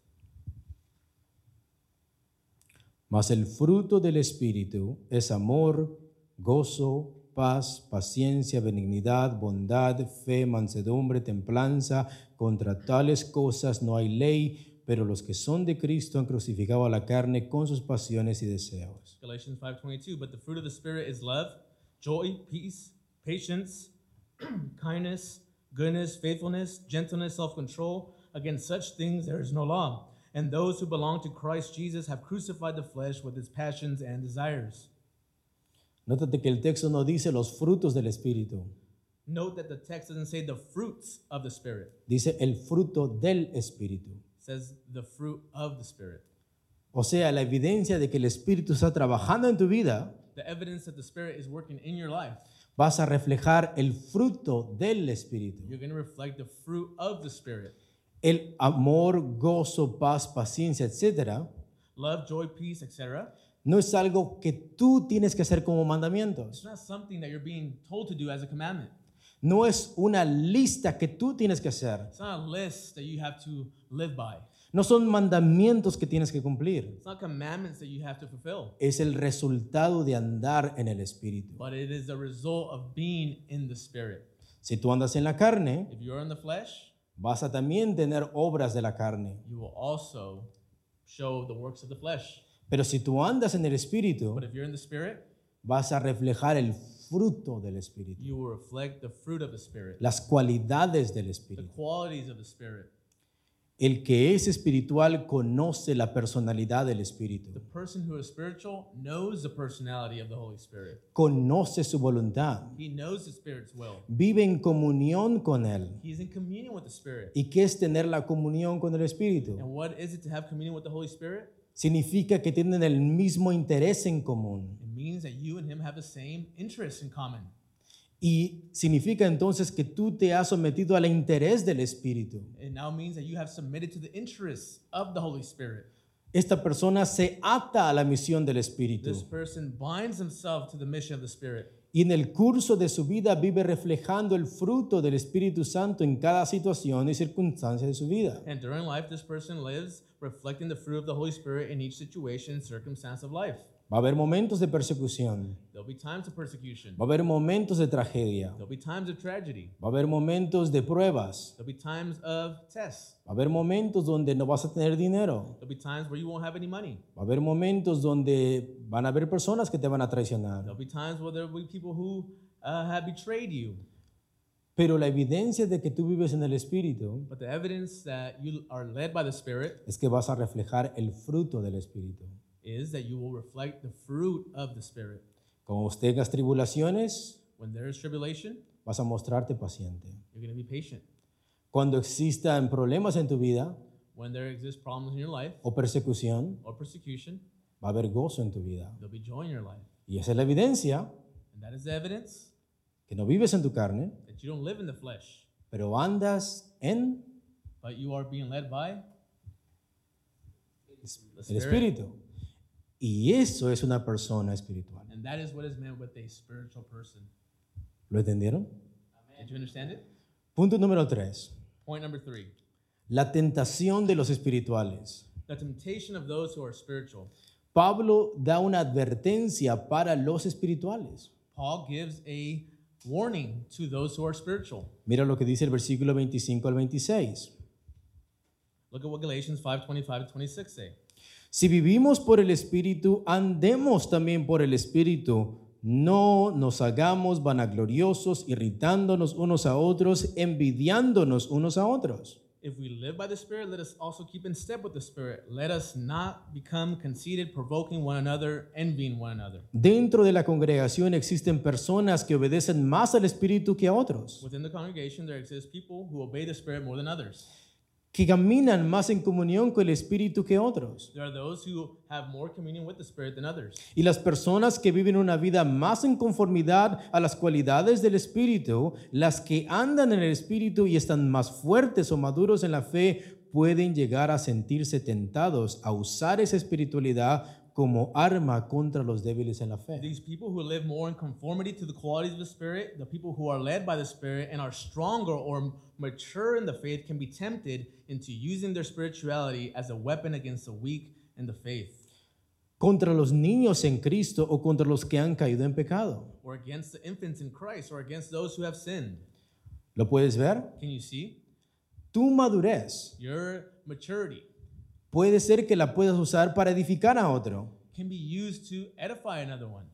Mas el fruto del Espíritu es amor, gozo, paz, paciencia, benignidad, bondad, fe, mansedumbre, templanza. Contra tales cosas no hay ley, pero los que son de Cristo han crucificado a la carne con sus pasiones y deseos. Galatians 5:22, but the fruit of the spirit is love, joy, peace, patience, [clears throat] kindness, goodness, faithfulness, gentleness, self-control. Against such things there is no law. And those who belong to Christ Jesus have crucified the flesh with its passions and desires. Nótate que el texto no dice los frutos del Espíritu, Note that the text doesn't say the fruits of the spirit. dice el fruto del Espíritu. It says the fruit of the spirit. O sea, la evidencia de que el Espíritu está trabajando en tu vida, The evidence that the spirit is working in your life. vas a reflejar el fruto del Espíritu. You're going to reflect the fruit of the spirit. el amor, gozo, paz, paciencia, etcétera, Love, joy, peace, etc. no es algo que tú tienes que hacer como It's mandamientos. not something that you're being told to do as a commandment. No es una lista que tú tienes que hacer. It's not a list that you have to live by. No son mandamientos que tienes que cumplir. It's not commandments that you have to fulfill, Es el resultado de andar en el Espíritu. but it is a result of being in the Spirit. Si tú andas en la carne, If you're in the flesh, vas a también tener obras de la carne. you will also show the works of the flesh. Pero si tú andas en el Espíritu, But if you're in the Spirit, vas a reflejar el fruto del Espíritu, you will reflect the fruit of the Spirit, las cualidades del the Espíritu. qualities of the Spirit. El que es espiritual conoce la personalidad del The Espíritu, person who is spiritual knows the personality of the Holy Spirit. conoce su voluntad, He knows the Spirit's will. vive en comunión con Él. He's in communion with the Spirit. ¿Y qué es tener la comunión con el And Espíritu? what is it to have communion with the Holy Spirit? Significa que tienen el mismo interés en común. It means that you and Him have the same interests in common. Y significa entonces que tú te has sometido al interés del Espíritu. It now means that you have submitted to the interests of the Holy Spirit. Esta persona se ata a la misión del This Espíritu person binds himself to the mission of the Spirit. y en el curso de su vida vive reflejando el fruto del Espíritu Santo en cada situación y circunstancia de su vida. And during life, this person lives reflecting the fruit of the Holy Spirit in each situation and circumstance of life. Va a haber momentos de persecución, There'll be times of persecution, va a haber momentos de tragedia, there'll be times of tragedy, va a haber momentos de pruebas, there'll be times of tests, va a haber momentos donde no vas a tener dinero, there'll be times where you won't have any money, va a haber momentos donde van a haber personas que te van a traicionar. there'll be times where there'll be people who uh, have betrayed you. Pero la evidencia de que tú vives en el Espíritu But the evidence that you are led by the Spirit es que vas a reflejar el fruto del Espíritu. is that you will reflect the fruit of the Spirit. Como tengas tribulaciones, When there is tribulation, vas a mostrarte paciente. you're going to be patient. Cuando existan problemas en tu vida When there exist problems in your life o persecución, or persecution, va a haber gozo en tu vida. there'll be joy in your life. Y esa es la evidencia And that is the evidence que no vives en tu carne, that you don't live in the flesh, pero andas en but you are being led by el Espíritu. Y eso es una persona espiritual. And that is what is meant with a spiritual person. ¿Lo entendieron? Did you understand it? Punto número tres. Point number three La tentación de los espirituales. the temptation of those who are spiritual. Pablo da una advertencia para los espirituales. Paul gives a warning to those who are spiritual. Mira lo que dice el versículo 25 al 26. Look at what Galatians 5 25 to 26 say. Si vivimos por el Espíritu, andemos también por el Espíritu. No nos hagamos vanagloriosos, irritándonos unos a otros, envidiándonos unos a otros. If we live by the Spirit, let us also keep in step with the Spirit. Let us not become conceited, provoking one another, envying one another. Dentro de la congregación existen personas que obedecen más al Espíritu que a otros, Within the congregation, there exist people who obey the Spirit more than others. que caminan más en comunión con el Espíritu que otros. There are those who have more communion with the Spirit than others. Y las personas que viven una vida más en conformidad a las cualidades del Espíritu, las que andan en el Espíritu y están más fuertes o maduros en la fe, pueden llegar a sentirse tentados a usar esa espiritualidad como arma contra los débiles en la fe. These people who live more in conformity to the qualities of the Spirit, the people who are led by the Spirit and are stronger or mature in the faith, can be tempted into using their spirituality as a weapon against the weak in the faith Contra los niños en Cristo o contra los que han caído en pecado. or against the infants in Christ or against those who have sinned. ¿Lo puedes ver? Can you see? Tu madurez Your maturity puede ser que la puedas usar para edificar a otro, can be used to edify another one,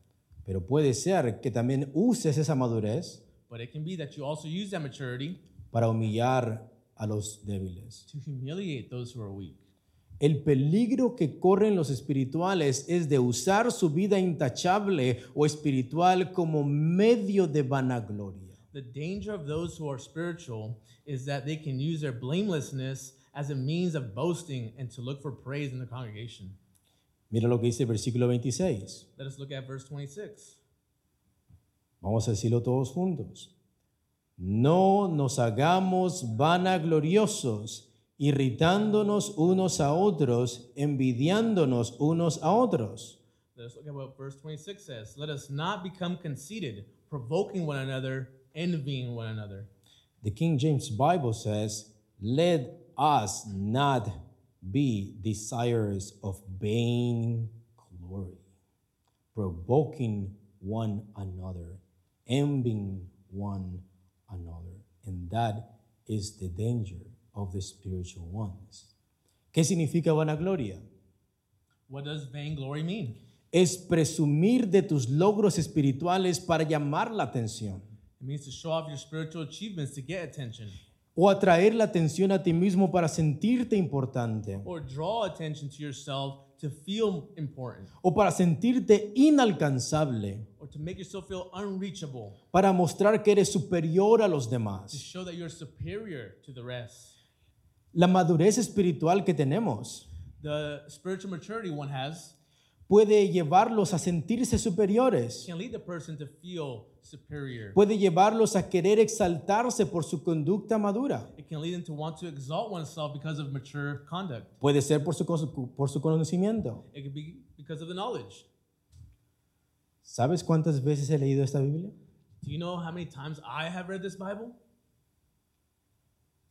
pero puede ser que también uses esa madurez but it can be that you also use that maturity para humillar a los débiles. to humiliate those who are weak. El peligro que corren los espirituales es de usar su vida intachable o espiritual como medio de vanagloria. The danger of those who are spiritual is that they can use their blamelessness as a means of boasting and to look for praise in the congregation. Mira lo que dice el versículo 26. Let us look at verse 26. Vamos a decirlo todos juntos. No nos hagamos vanagloriosos, irritándonos unos a otros, envidiándonos unos a otros. Let us look at what verse 26 says. Let us not become conceited, provoking one another, envying one another. The King James Bible says, Let us not be desirous of vain glory, provoking one another, envying one another. And that is the danger of the spiritual ones. ¿Qué significa vanagloria? What does vainglory mean? Es presumir de tus logros espirituales para llamar la atención It means to show off your spiritual achievements to get attention o atraer la atención a ti mismo para sentirte importante or draw attention to yourself to feel important o para sentirte inalcanzable, or to make yourself feel unreachable, para mostrar que eres superior a los to demás. show that you're superior to the rest. La madurez espiritual que tenemos The spiritual maturity one has puede llevarlos a sentirse superiores, can lead the person to feel superior. puede llevarlos a querer exaltarse por su conducta madura, It can lead them to want to exalt oneself because of mature conduct. puede ser por su, cons- por su conocimiento. It could be because of the knowledge. ¿Sabes cuántas veces he leído esta Biblia? Do you know how many times I have read this Bible?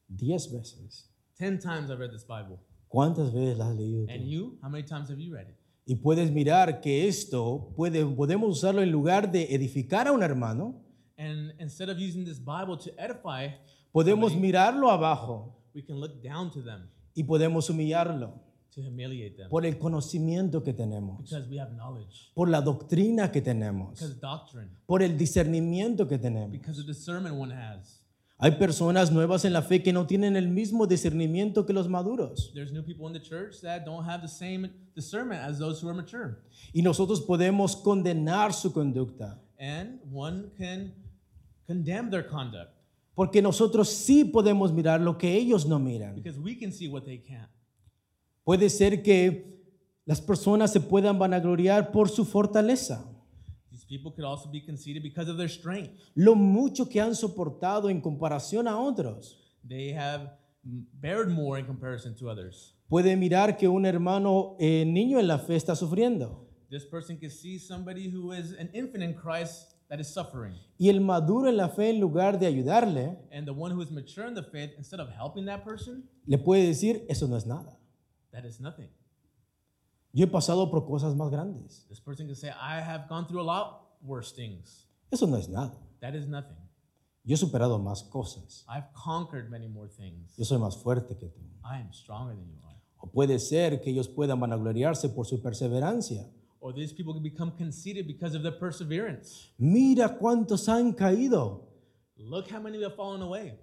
Diez veces. Ten times I've read this Bible. ¿Cuántas veces la has leído? tú? And you? How many times have you read it? Y puedes mirar que esto puede, podemos usarlo en lugar de edificar a un hermano, And instead of using this Bible to edify, podemos mirarlo abajo we can look down to them y podemos humillarlo to humiliate them por el conocimiento que tenemos, because we have knowledge, por la doctrina que tenemos, because doctrine, por el discernimiento que tenemos. because of discernment one has. Hay personas nuevas en la fe que no tienen el mismo discernimiento que los maduros. There's new people in the church that don't have the same discernment as those who are mature. Y nosotros podemos condenar su conducta, And one can condemn their conduct porque nosotros sí podemos mirar lo que ellos no miran. because we can see what they can't. Puede ser que las personas se puedan vanagloriar por su fortaleza, These people could also be conceited because of their strength. lo mucho que han soportado en comparación a otros. They have bared more in comparison to others. Puede mirar que un hermano eh, niño en la fe está sufriendo This person can see somebody who is an infant in Christ that is suffering. y el maduro en la fe en lugar de ayudarle, And the one who is mature in the faith, instead of helping that person, le puede decir, eso no es nada. that is nothing. Yo he pasado por cosas más grandes. This person can say, I have gone through a lot worse things. Eso no es nada. That is nothing. Yo he superado más cosas. I've conquered many more things. Yo soy más fuerte que tú. I am stronger than you are. O puede ser que ellos puedan vanagloriarse por su perseverancia. Or these people can become conceited because of their perseverance. Mira cuántos han caído. Look how many have fallen away.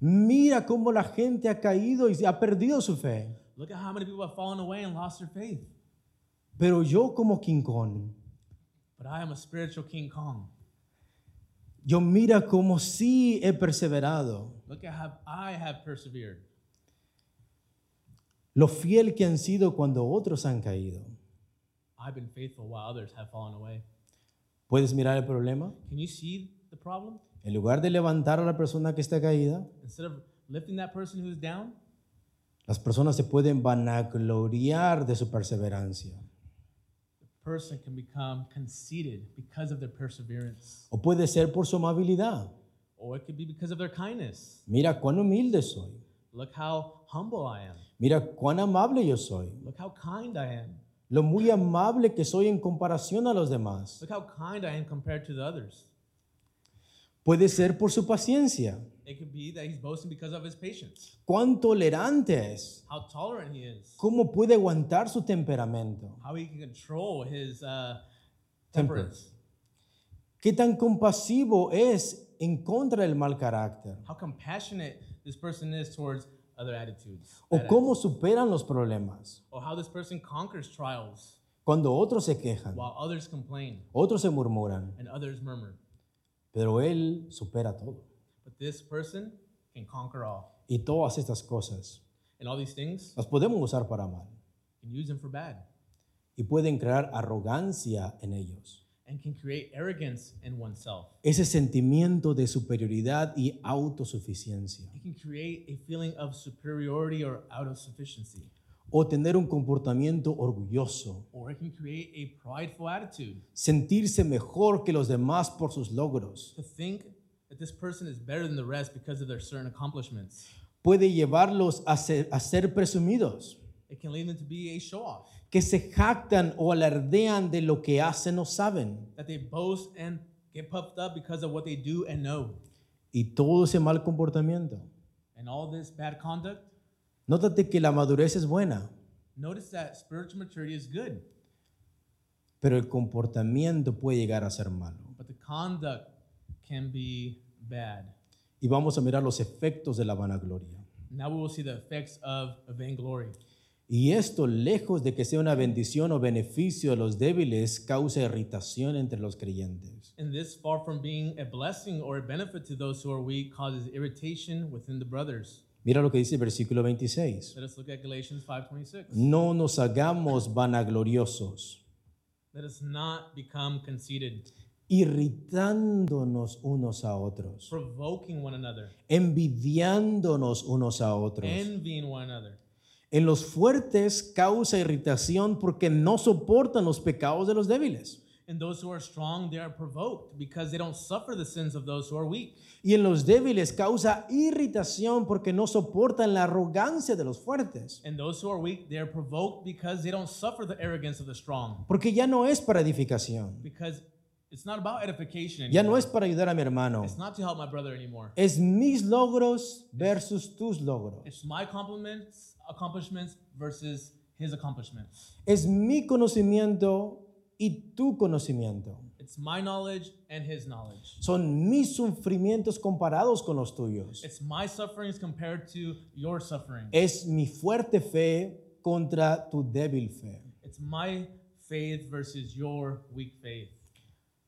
Mira cómo la gente ha caído y ha perdido su fe. Look at how many people have fallen away and lost their faith. Pero yo como King Kong, But I am a spiritual King Kong. yo mira cómo sí he perseverado. Look at how I have persevered. Lo fiel que han sido cuando otros han caído. I've been faithful while others have fallen away. ¿Puedes mirar el problema? Can you see the problem? En lugar de levantar a la persona que está caída, Instead of lifting that person who's down, las personas se pueden vanagloriar de su perseverancia. the person can become conceited because of their perseverance. O puede ser por su amabilidad. Or it could be because of their kindness. Mira cuán humilde soy. Look how humble I am. Mira cuán amable yo soy. Look how kind I am. Lo muy amable que soy en comparación a los demás. Look how kind I am compared to the others. Puede ser por su paciencia. It could be that he's boasting because of his patience, cuán tolerante es, how tolerant he is, cómo puede aguantar su temperamento, how he can control his uh, Temper. temperance, qué tan compasivo es en contra del mal carácter, how compassionate this person is towards other attitudes, o bad cómo superan los problemas. attitudes, or how this person conquers trials Cuando otros se quejan, while others complain otros se murmuran, and others murmur. pero él supera todo. But this person can conquer all. Y todas estas cosas And all these things las podemos usar para mal you can use them for bad y pueden crear arrogancia en ellos. and can create arrogance in oneself. Ese sentimiento de superioridad y autosuficiencia. It can create a feeling of superiority or out of sufficiency. O tener un comportamiento orgulloso. or it can create a prideful attitude Sentirse mejor que los demás por sus logros. to think that this person is better than the rest because of their certain accomplishments. puede llevarlos a ser, a ser presumidos, It can lead them to be a show off, que se jactan o alardean de lo que hacen o saben. that they boast and get puffed up because of what they do and know. Y todo ese mal comportamiento. And all this bad conduct, Nótate que la madurez es buena, notice that spiritual maturity is good, pero el comportamiento puede llegar a ser malo. but the conduct can be bad. Y vamos a mirar los efectos de la vanagloria. Now we will see the effects of vainglory. Y esto, lejos de que sea una bendición o beneficio a los débiles, causa irritación entre los creyentes. And this, far from being a blessing or a benefit to those who are weak, causes irritation within the brothers. Mira lo que dice el versículo 26. Let us look at Galatians 5:26. No nos hagamos vanagloriosos, Let us not become conceited, irritándonos unos a otros, provoking one another, envidiándonos unos a otros. envying one another. En los fuertes causa irritación porque no soportan los pecados de los débiles. And those who are strong, they are provoked because they don't suffer the sins of those who are weak. Y en los débiles causa irritación porque no soportan la arrogancia de los fuertes. And those who are weak, they are provoked because they don't suffer the arrogance of the strong. Porque ya no es para edificación. Because it's not about edification Ya anymore. no es para ayudar a mi hermano. It's not to help my brother anymore. Es mis logros versus tus logros. It's my compliments, accomplishments versus his accomplishments. Es mi conocimiento y tu conocimiento. It's my knowledge and his knowledge. Son mis sufrimientos comparados con los tuyos. It's my sufferings compared to your suffering. Es mi fuerte fe contra tu débil fe. It's my faith versus your weak faith.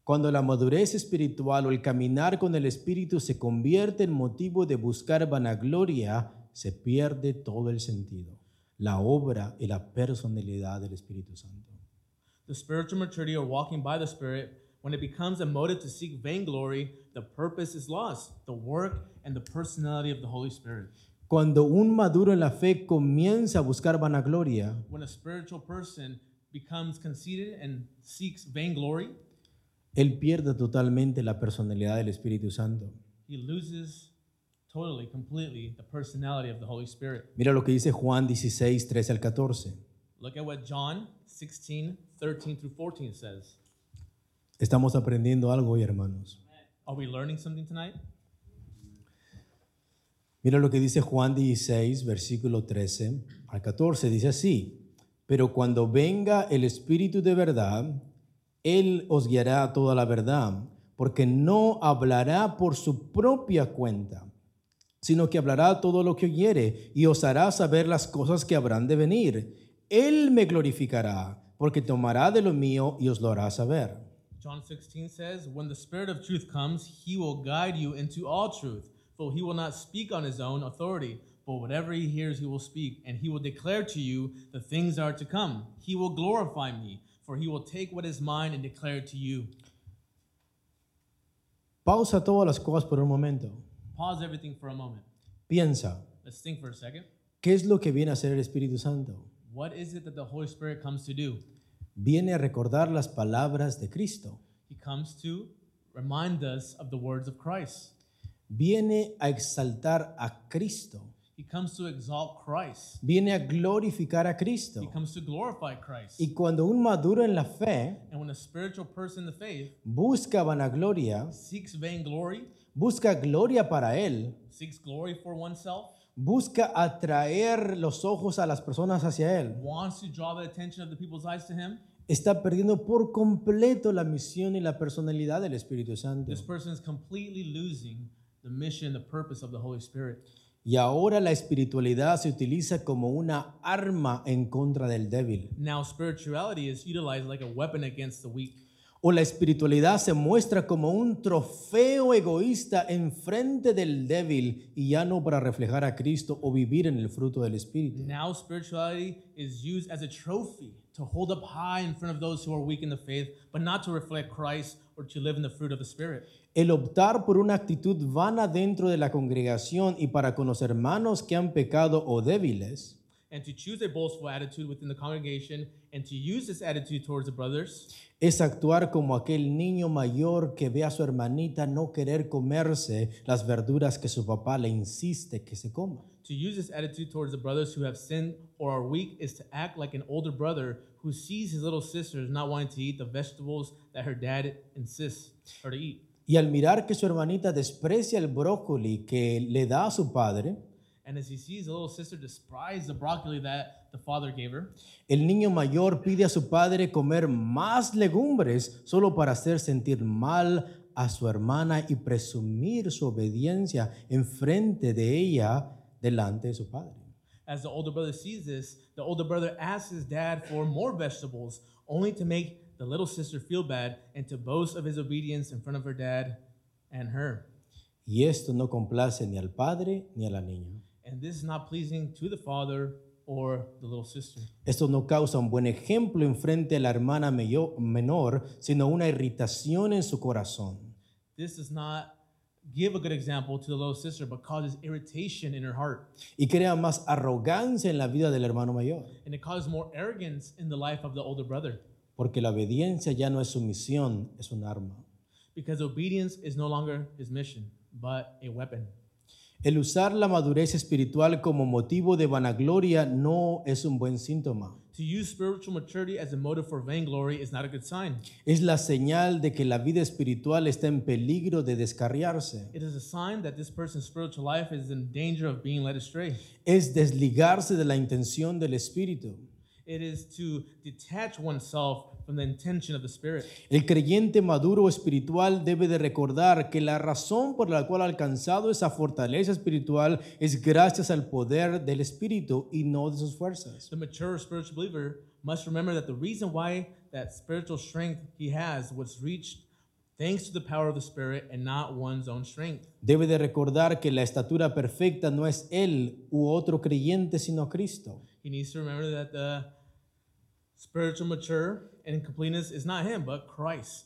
Cuando la madurez espiritual o el caminar con el Espíritu se convierte en motivo de buscar vanagloria, se pierde todo el sentido, la obra y la personalidad del Espíritu Santo. The spiritual maturity or walking by the Spirit, when it becomes a motive to seek vainglory, the purpose is lost, the work and the personality of the Holy Spirit. Cuando un maduro en la fe comienza a buscar vanagloria, When a spiritual person becomes conceited and seeks vainglory, él pierde totalmente la personalidad del Espíritu Santo. he loses totally, completely the personality of the Holy Spirit. Mira lo que dice Juan 16, 13 al 14. Look at what John 16, 13 through 14 says. Estamos aprendiendo algo hoy, hermanos. Are we learning something tonight? Mira lo que dice Juan 16, versículo 13 al 14. Dice así, pero cuando venga el Espíritu de verdad, Él os guiará a toda la verdad, porque no hablará por su propia cuenta, sino que hablará todo lo que oyere y os hará saber las cosas que habrán de venir. Él me glorificará, porque tomará de lo mío y os lo hará saber. John 16 says, When the Spirit of truth comes, he will guide you into all truth, for he will not speak on his own authority, but whatever he hears, he will speak, and he will declare to you the things that are to come. He will glorify me, for he will take what is mine and declare it to you. Pausa todas las cosas por un momento. Pause everything for a moment. Piensa, Let's think for a second. ¿qué es lo que viene a hacer el Espíritu Santo? What is it that the Holy Spirit comes to do? viene a recordar las palabras de Cristo, He comes to remind us of the words of Christ, viene a exaltar a Cristo, he comes to exalt Christ, viene a glorificar a he Cristo. comes to glorify Christ. Y cuando un maduro en la fe And when a spiritual person in the faith busca vanagloria, seeks vainglory, busca gloria para él, seeks glory for oneself, busca atraer los ojos a las personas hacia él, wants to draw the attention of the people's eyes to him, está perdiendo por completo la misión y la personalidad del Espíritu Santo. this person is completely losing the mission, the purpose of the Holy Spirit. Y ahora la espiritualidad se utiliza como una arma en contra del débil. Now, spirituality is utilized like a weapon against the weak. O la espiritualidad se muestra como un trofeo egoísta en frente del débil y ya no para reflejar a Cristo o vivir en el fruto del Espíritu. Now, spirituality is used as a trophy to hold up high in front of those who are weak in the faith, but not to reflect Christ or to live in the fruit of the Spirit. El optar por una actitud vana dentro de la congregación y para con los hermanos que han pecado o débiles and to choose a boastful attitude within the congregation and to use this attitude towards the brothers es actuar como aquel niño mayor que ve a su hermanita no querer comerse las verduras que su papá le insiste que se coma. to use this attitude towards the brothers who have sinned or are weak is to act like an older brother who sees his little sisters not wanting to eat the vegetables that her dad insists her to eat Y al mirar que su hermanita desprecia el brócoli que le da a su padre, and as he sees the little sister despise the broccoli that the father gave her el niño mayor pide a su padre comer más legumbres solo para hacer sentir mal a su hermana y presumir su obediencia en frente de ella delante de su padre. As the older brother sees this, the older brother asks his dad for more vegetables, only to make the little sister feel bad and to boast of his obedience in front of her dad and her. Y esto no complace ni al padre ni a la niña. And this is not pleasing to the father or the little sister. Esto no causa un buen ejemplo en frente a la hermana mello- menor, sino una irritación en su corazón. This does not give a good example to the little sister, but causes irritation in her heart. Y crea más arrogancia en la vida del hermano mayor, And it causes more arrogance in the life of the older brother, porque la obediencia ya no es sumisión, es un arma. because obedience is no longer his mission, but a weapon. El usar la madurez espiritual como motivo de vanagloria no es un buen síntoma. To use spiritual maturity as a motive for vainglory is not a good sign. Es la señal de que la vida espiritual está en peligro de descarriarse. It is a sign that this person's spiritual life is in danger of being led astray. Es desligarse de la intención del espíritu. It is to detach oneself from the intention of the Spirit. El creyente maduro espiritual debe de recordar que la razón por la cual ha alcanzado esa fortaleza espiritual es gracias al poder del Espíritu y no de sus fuerzas. The mature spiritual believer must remember that the reason why that spiritual strength he has was reached thanks to the power of the Spirit and not one's own strength. Debe de recordar que la estatura perfecta no es él u otro creyente, sino Cristo. He needs to remember that the spiritual mature and completeness is not him, but Christ.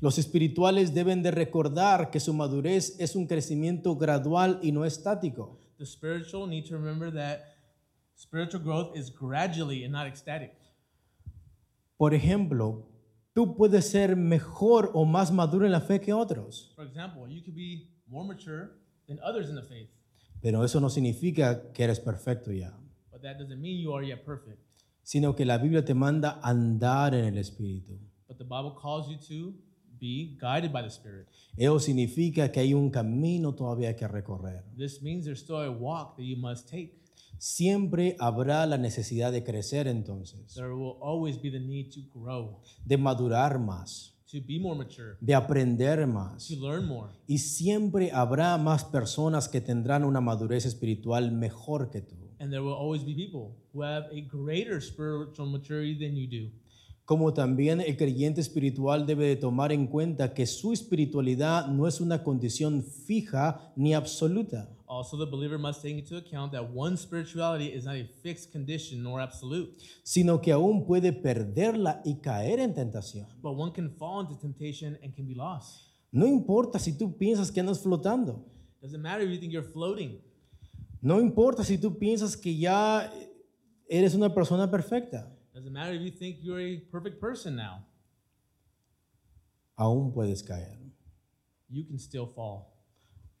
Los espirituales deben de recordar que su madurez es un crecimiento gradual y no estático. The spiritual need to remember that spiritual growth is gradually and not ecstatic. Por ejemplo, tú puedes ser mejor o más maduro en la fe que otros. For example, you could be more mature than others in the faith, Pero eso no significa que eres perfecto ya, but that doesn't mean you are yet perfect. sino que la Biblia te manda a andar en el Espíritu. But the Bible calls you to be guided by the Spirit. Eso significa que hay un camino todavía que recorrer. This means there's still a walk that you must take. Siempre habrá la necesidad de crecer entonces, There will always be the need to grow, de madurar más, to be more mature, de aprender más. to learn more. Y siempre habrá más personas que tendrán una madurez espiritual mejor que tú. And there will always be people who have a greater spiritual maturity than you do. Como también el creyente espiritual debe de tomar en cuenta que su espiritualidad no es una condición fija ni absoluta. Also, the believer must take into account that one spirituality is not a fixed condition nor absolute, sino que aún puede perderla y caer en tentación. but one can fall into temptation and can be lost. No importa si tú piensas que andas flotando, Doesn't matter if you think you're floating. no importa si tú piensas que ya eres una persona perfecta, Doesn't matter if you think you're a perfect person now. aún puedes caer, You can still fall.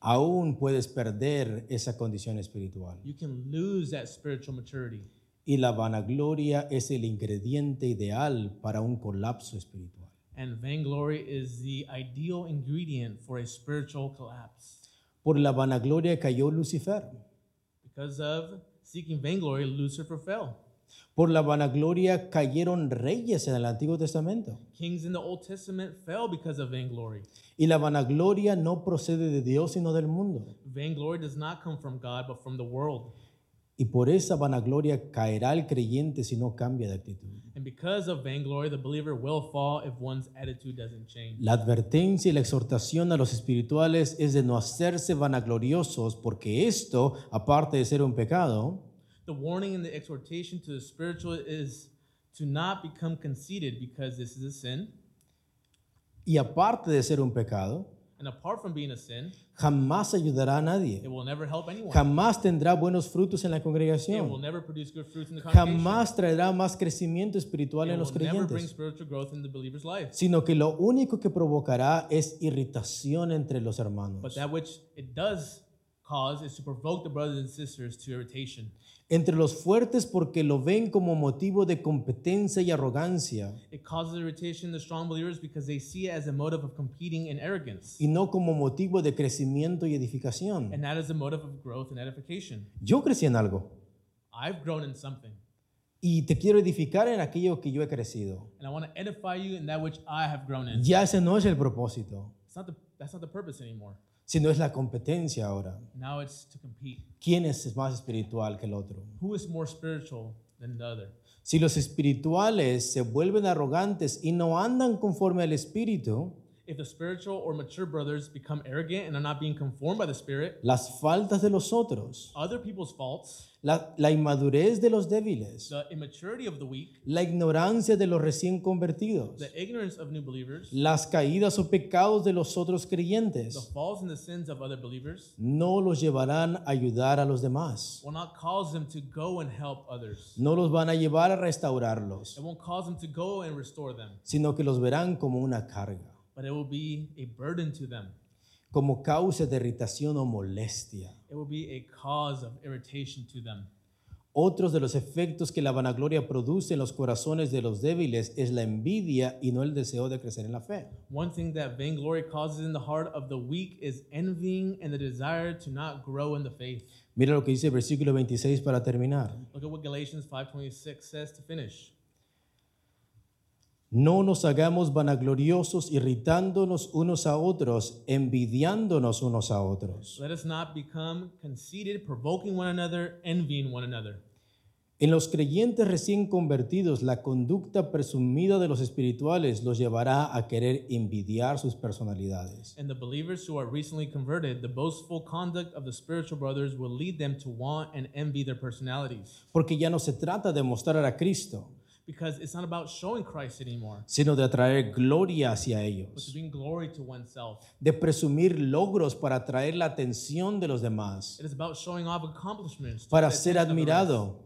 aún puedes perder esa condición espiritual. You can lose that spiritual maturity. Y la vanagloria es el ingrediente ideal para un colapso espiritual. And vainglory is the ideal ingredient for a spiritual collapse. Por la vanagloria cayó Lucifer, Because of seeking vainglory, Lucifer fell. por la vanagloria cayeron reyes en el Antiguo Testamento. Kings in the Old Testament fell because of vainglory. Y la vanagloria no procede de Dios sino del mundo. Vainglory does not come from God, but from the world. Y por esa vanagloria caerá el creyente si no cambia de actitud. And because of vainglory, the believer will fall if one's attitude doesn't change. La advertencia y la exhortación a los espirituales es de no hacerse vanagloriosos porque esto, aparte de ser un pecado, The warning and the exhortation to the spiritual is to not become conceited because this is a sin. y aparte de ser un pecado, And apart from being a sin, jamás ayudará a it nadie. will never help anyone. Jamás tendrá buenos frutos en la It will congregación. never produce good fruits in the congregation. Jamás traerá más crecimiento espiritual en It los will never bring creyentes. spiritual growth in the believer's life. Sino que lo único que provocará es irritación entre los But hermanos. that which it does cause is to provoke the brothers and sisters to irritation. Entre los fuertes porque lo ven como motivo de competencia y arrogancia It causes irritation in the strong believers because they see it as a motive of competing and arrogance. y no como motivo de crecimiento y edificación. And that is a motive of growth and edification. Yo crecí en algo I've grown in something, y te quiero edificar en aquello que yo he crecido. and I want to edify you in that which I have grown in. Ya ese no es el propósito, It's not the, that's not the purpose anymore. sino es la competencia ahora. Now it's to compete. ¿Quién es más espiritual que el otro? Who is more spiritual than the other? Si los espirituales se vuelven arrogantes y no andan conforme al espíritu, If the spiritual or mature brothers become arrogant and are not being conformed by the Spirit, las faltas de los otros, other people's faults, la, la inmadurez de los débiles, the immaturity of the weak, la ignorancia de los recién convertidos, the ignorance of new believers, las caídas o pecados de los otros the creyentes, falls and the sins of other believers no los llevarán a ayudar a los demás, will not cause them to go and help others. no los van a llevar a restaurarlos, It won't cause them to go and restore them, sino que los verán como una carga, but it will be a burden to them. como causa de irritación o molestia. It will be a cause of irritation to them. Otros de los efectos que la vanagloria produce en los corazones de los débiles es la envidia y no el deseo de crecer en la fe. One thing that vainglory causes in the heart of the weak is envying and the desire to not grow in the faith. Mira lo que dice el versículo 26 para terminar. Look at what Galatians 5:26 says to finish. No nos hagamos vanagloriosos, irritándonos unos a otros, envidiándonos unos a otros. Let us not become conceited, provoking one another, envying one another. En los creyentes recién convertidos, la conducta presumida de los espirituales los llevará a querer envidiar sus personalidades. And the believers who are recently converted, the boastful conduct of the spiritual brothers will lead them to want and envy their personalities. Porque ya no se trata de mostrar a Cristo, Because it's not about showing Christ anymore, sino de atraer gloria hacia but to ellos. bring glory to oneself. de presumir logros para atraer la atención de los demás, It is about showing off accomplishments, to para the ser attention of the rest, admirado,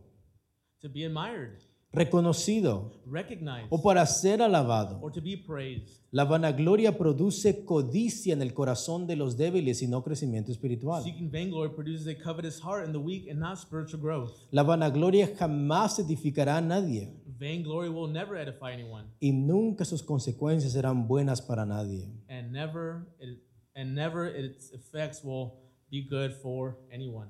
to be admired, reconocido recognized, o para ser alabado. or to be praised. La vanagloria produce codicia en el corazón de los débiles y no crecimiento espiritual. Seeking vainglory produces a covetous heart in the weak and not spiritual growth. La vanagloria jamás edificará a nadie Vainglory will never edify anyone, y nunca sus consecuencias serán buenas para nadie. and never it, and never its effects will be good for anyone.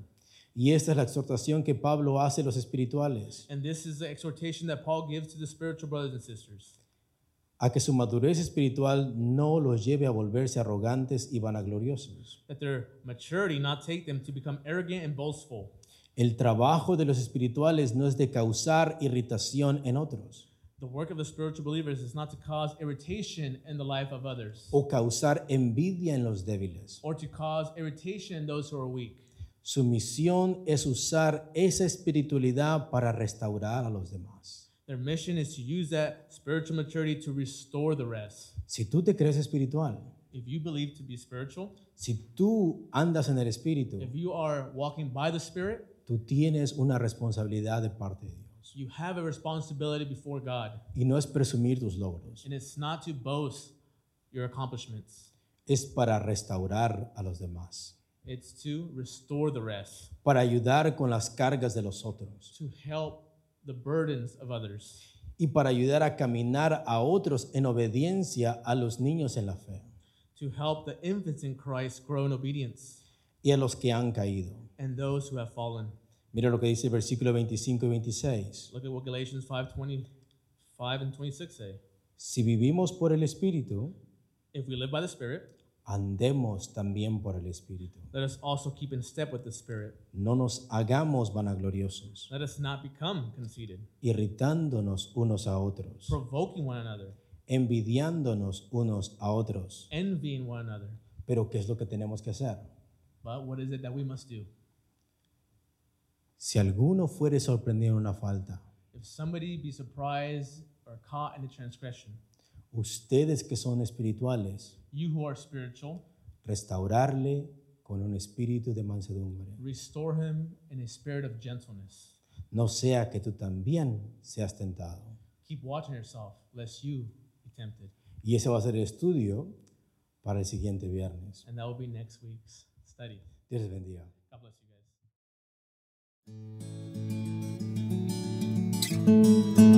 Y esta es la exhortación que Pablo hace a los espirituales, And this is the exhortation that Paul gives to the spiritual brothers and sisters, a que su madurez espiritual no los lleve a volverse arrogantes y vanagloriosos. that their maturity not take them to become arrogant and boastful. El trabajo de los espirituales no es de causar irritación en otros The work of the spiritual believers is not to cause irritation in the life of others o causar envidia en los débiles. or to cause irritation in those who are weak. Su misión es usar esa espiritualidad para restaurar a los demás. Their mission is to use that spiritual maturity to restore the rest. Si tú te crees espiritual, If you believe to be spiritual, si tú andas en el espíritu, if you are walking by the Spirit, tú tienes una responsabilidad de parte de Dios. you have a responsibility before God. Y no es presumir tus logros, And it's not to boast your accomplishments, es para restaurar a los demás, it's to restore the rest, para ayudar con las cargas de los otros. to help the burdens of others, y para ayudar a caminar a otros en obediencia a los niños en la fe to help the infants in Christ grow in obedience y a los que han caído. and those who have fallen. Mira lo que dice el versículo 25 y 26. Look at what Galatians 5 25 and 26 say. Si vivimos por el Espíritu, If we live by the Spirit, andemos también por el Espíritu. let us also keep in step with the Spirit. No nos hagamos vanagloriosos, Let us not become conceited, irritándonos unos a otros, provoking one another, envidiándonos unos a otros. envying one another. Pero ¿qué es lo que tenemos que hacer? But what is it that we must do? Si alguno fuere sorprendido en una falta, If somebody be surprised or caught in a transgression, ustedes que son espirituales, you who are spiritual, restaurarle con un espíritu de mansedumbre. Restore him in a spirit of gentleness. No sea que tú también seas tentado. Keep watching yourself, lest you be tempted. Y ese va a ser el estudio para el siguiente viernes. And that will be next week's study. Dios les bendiga. God bless you guys. thank you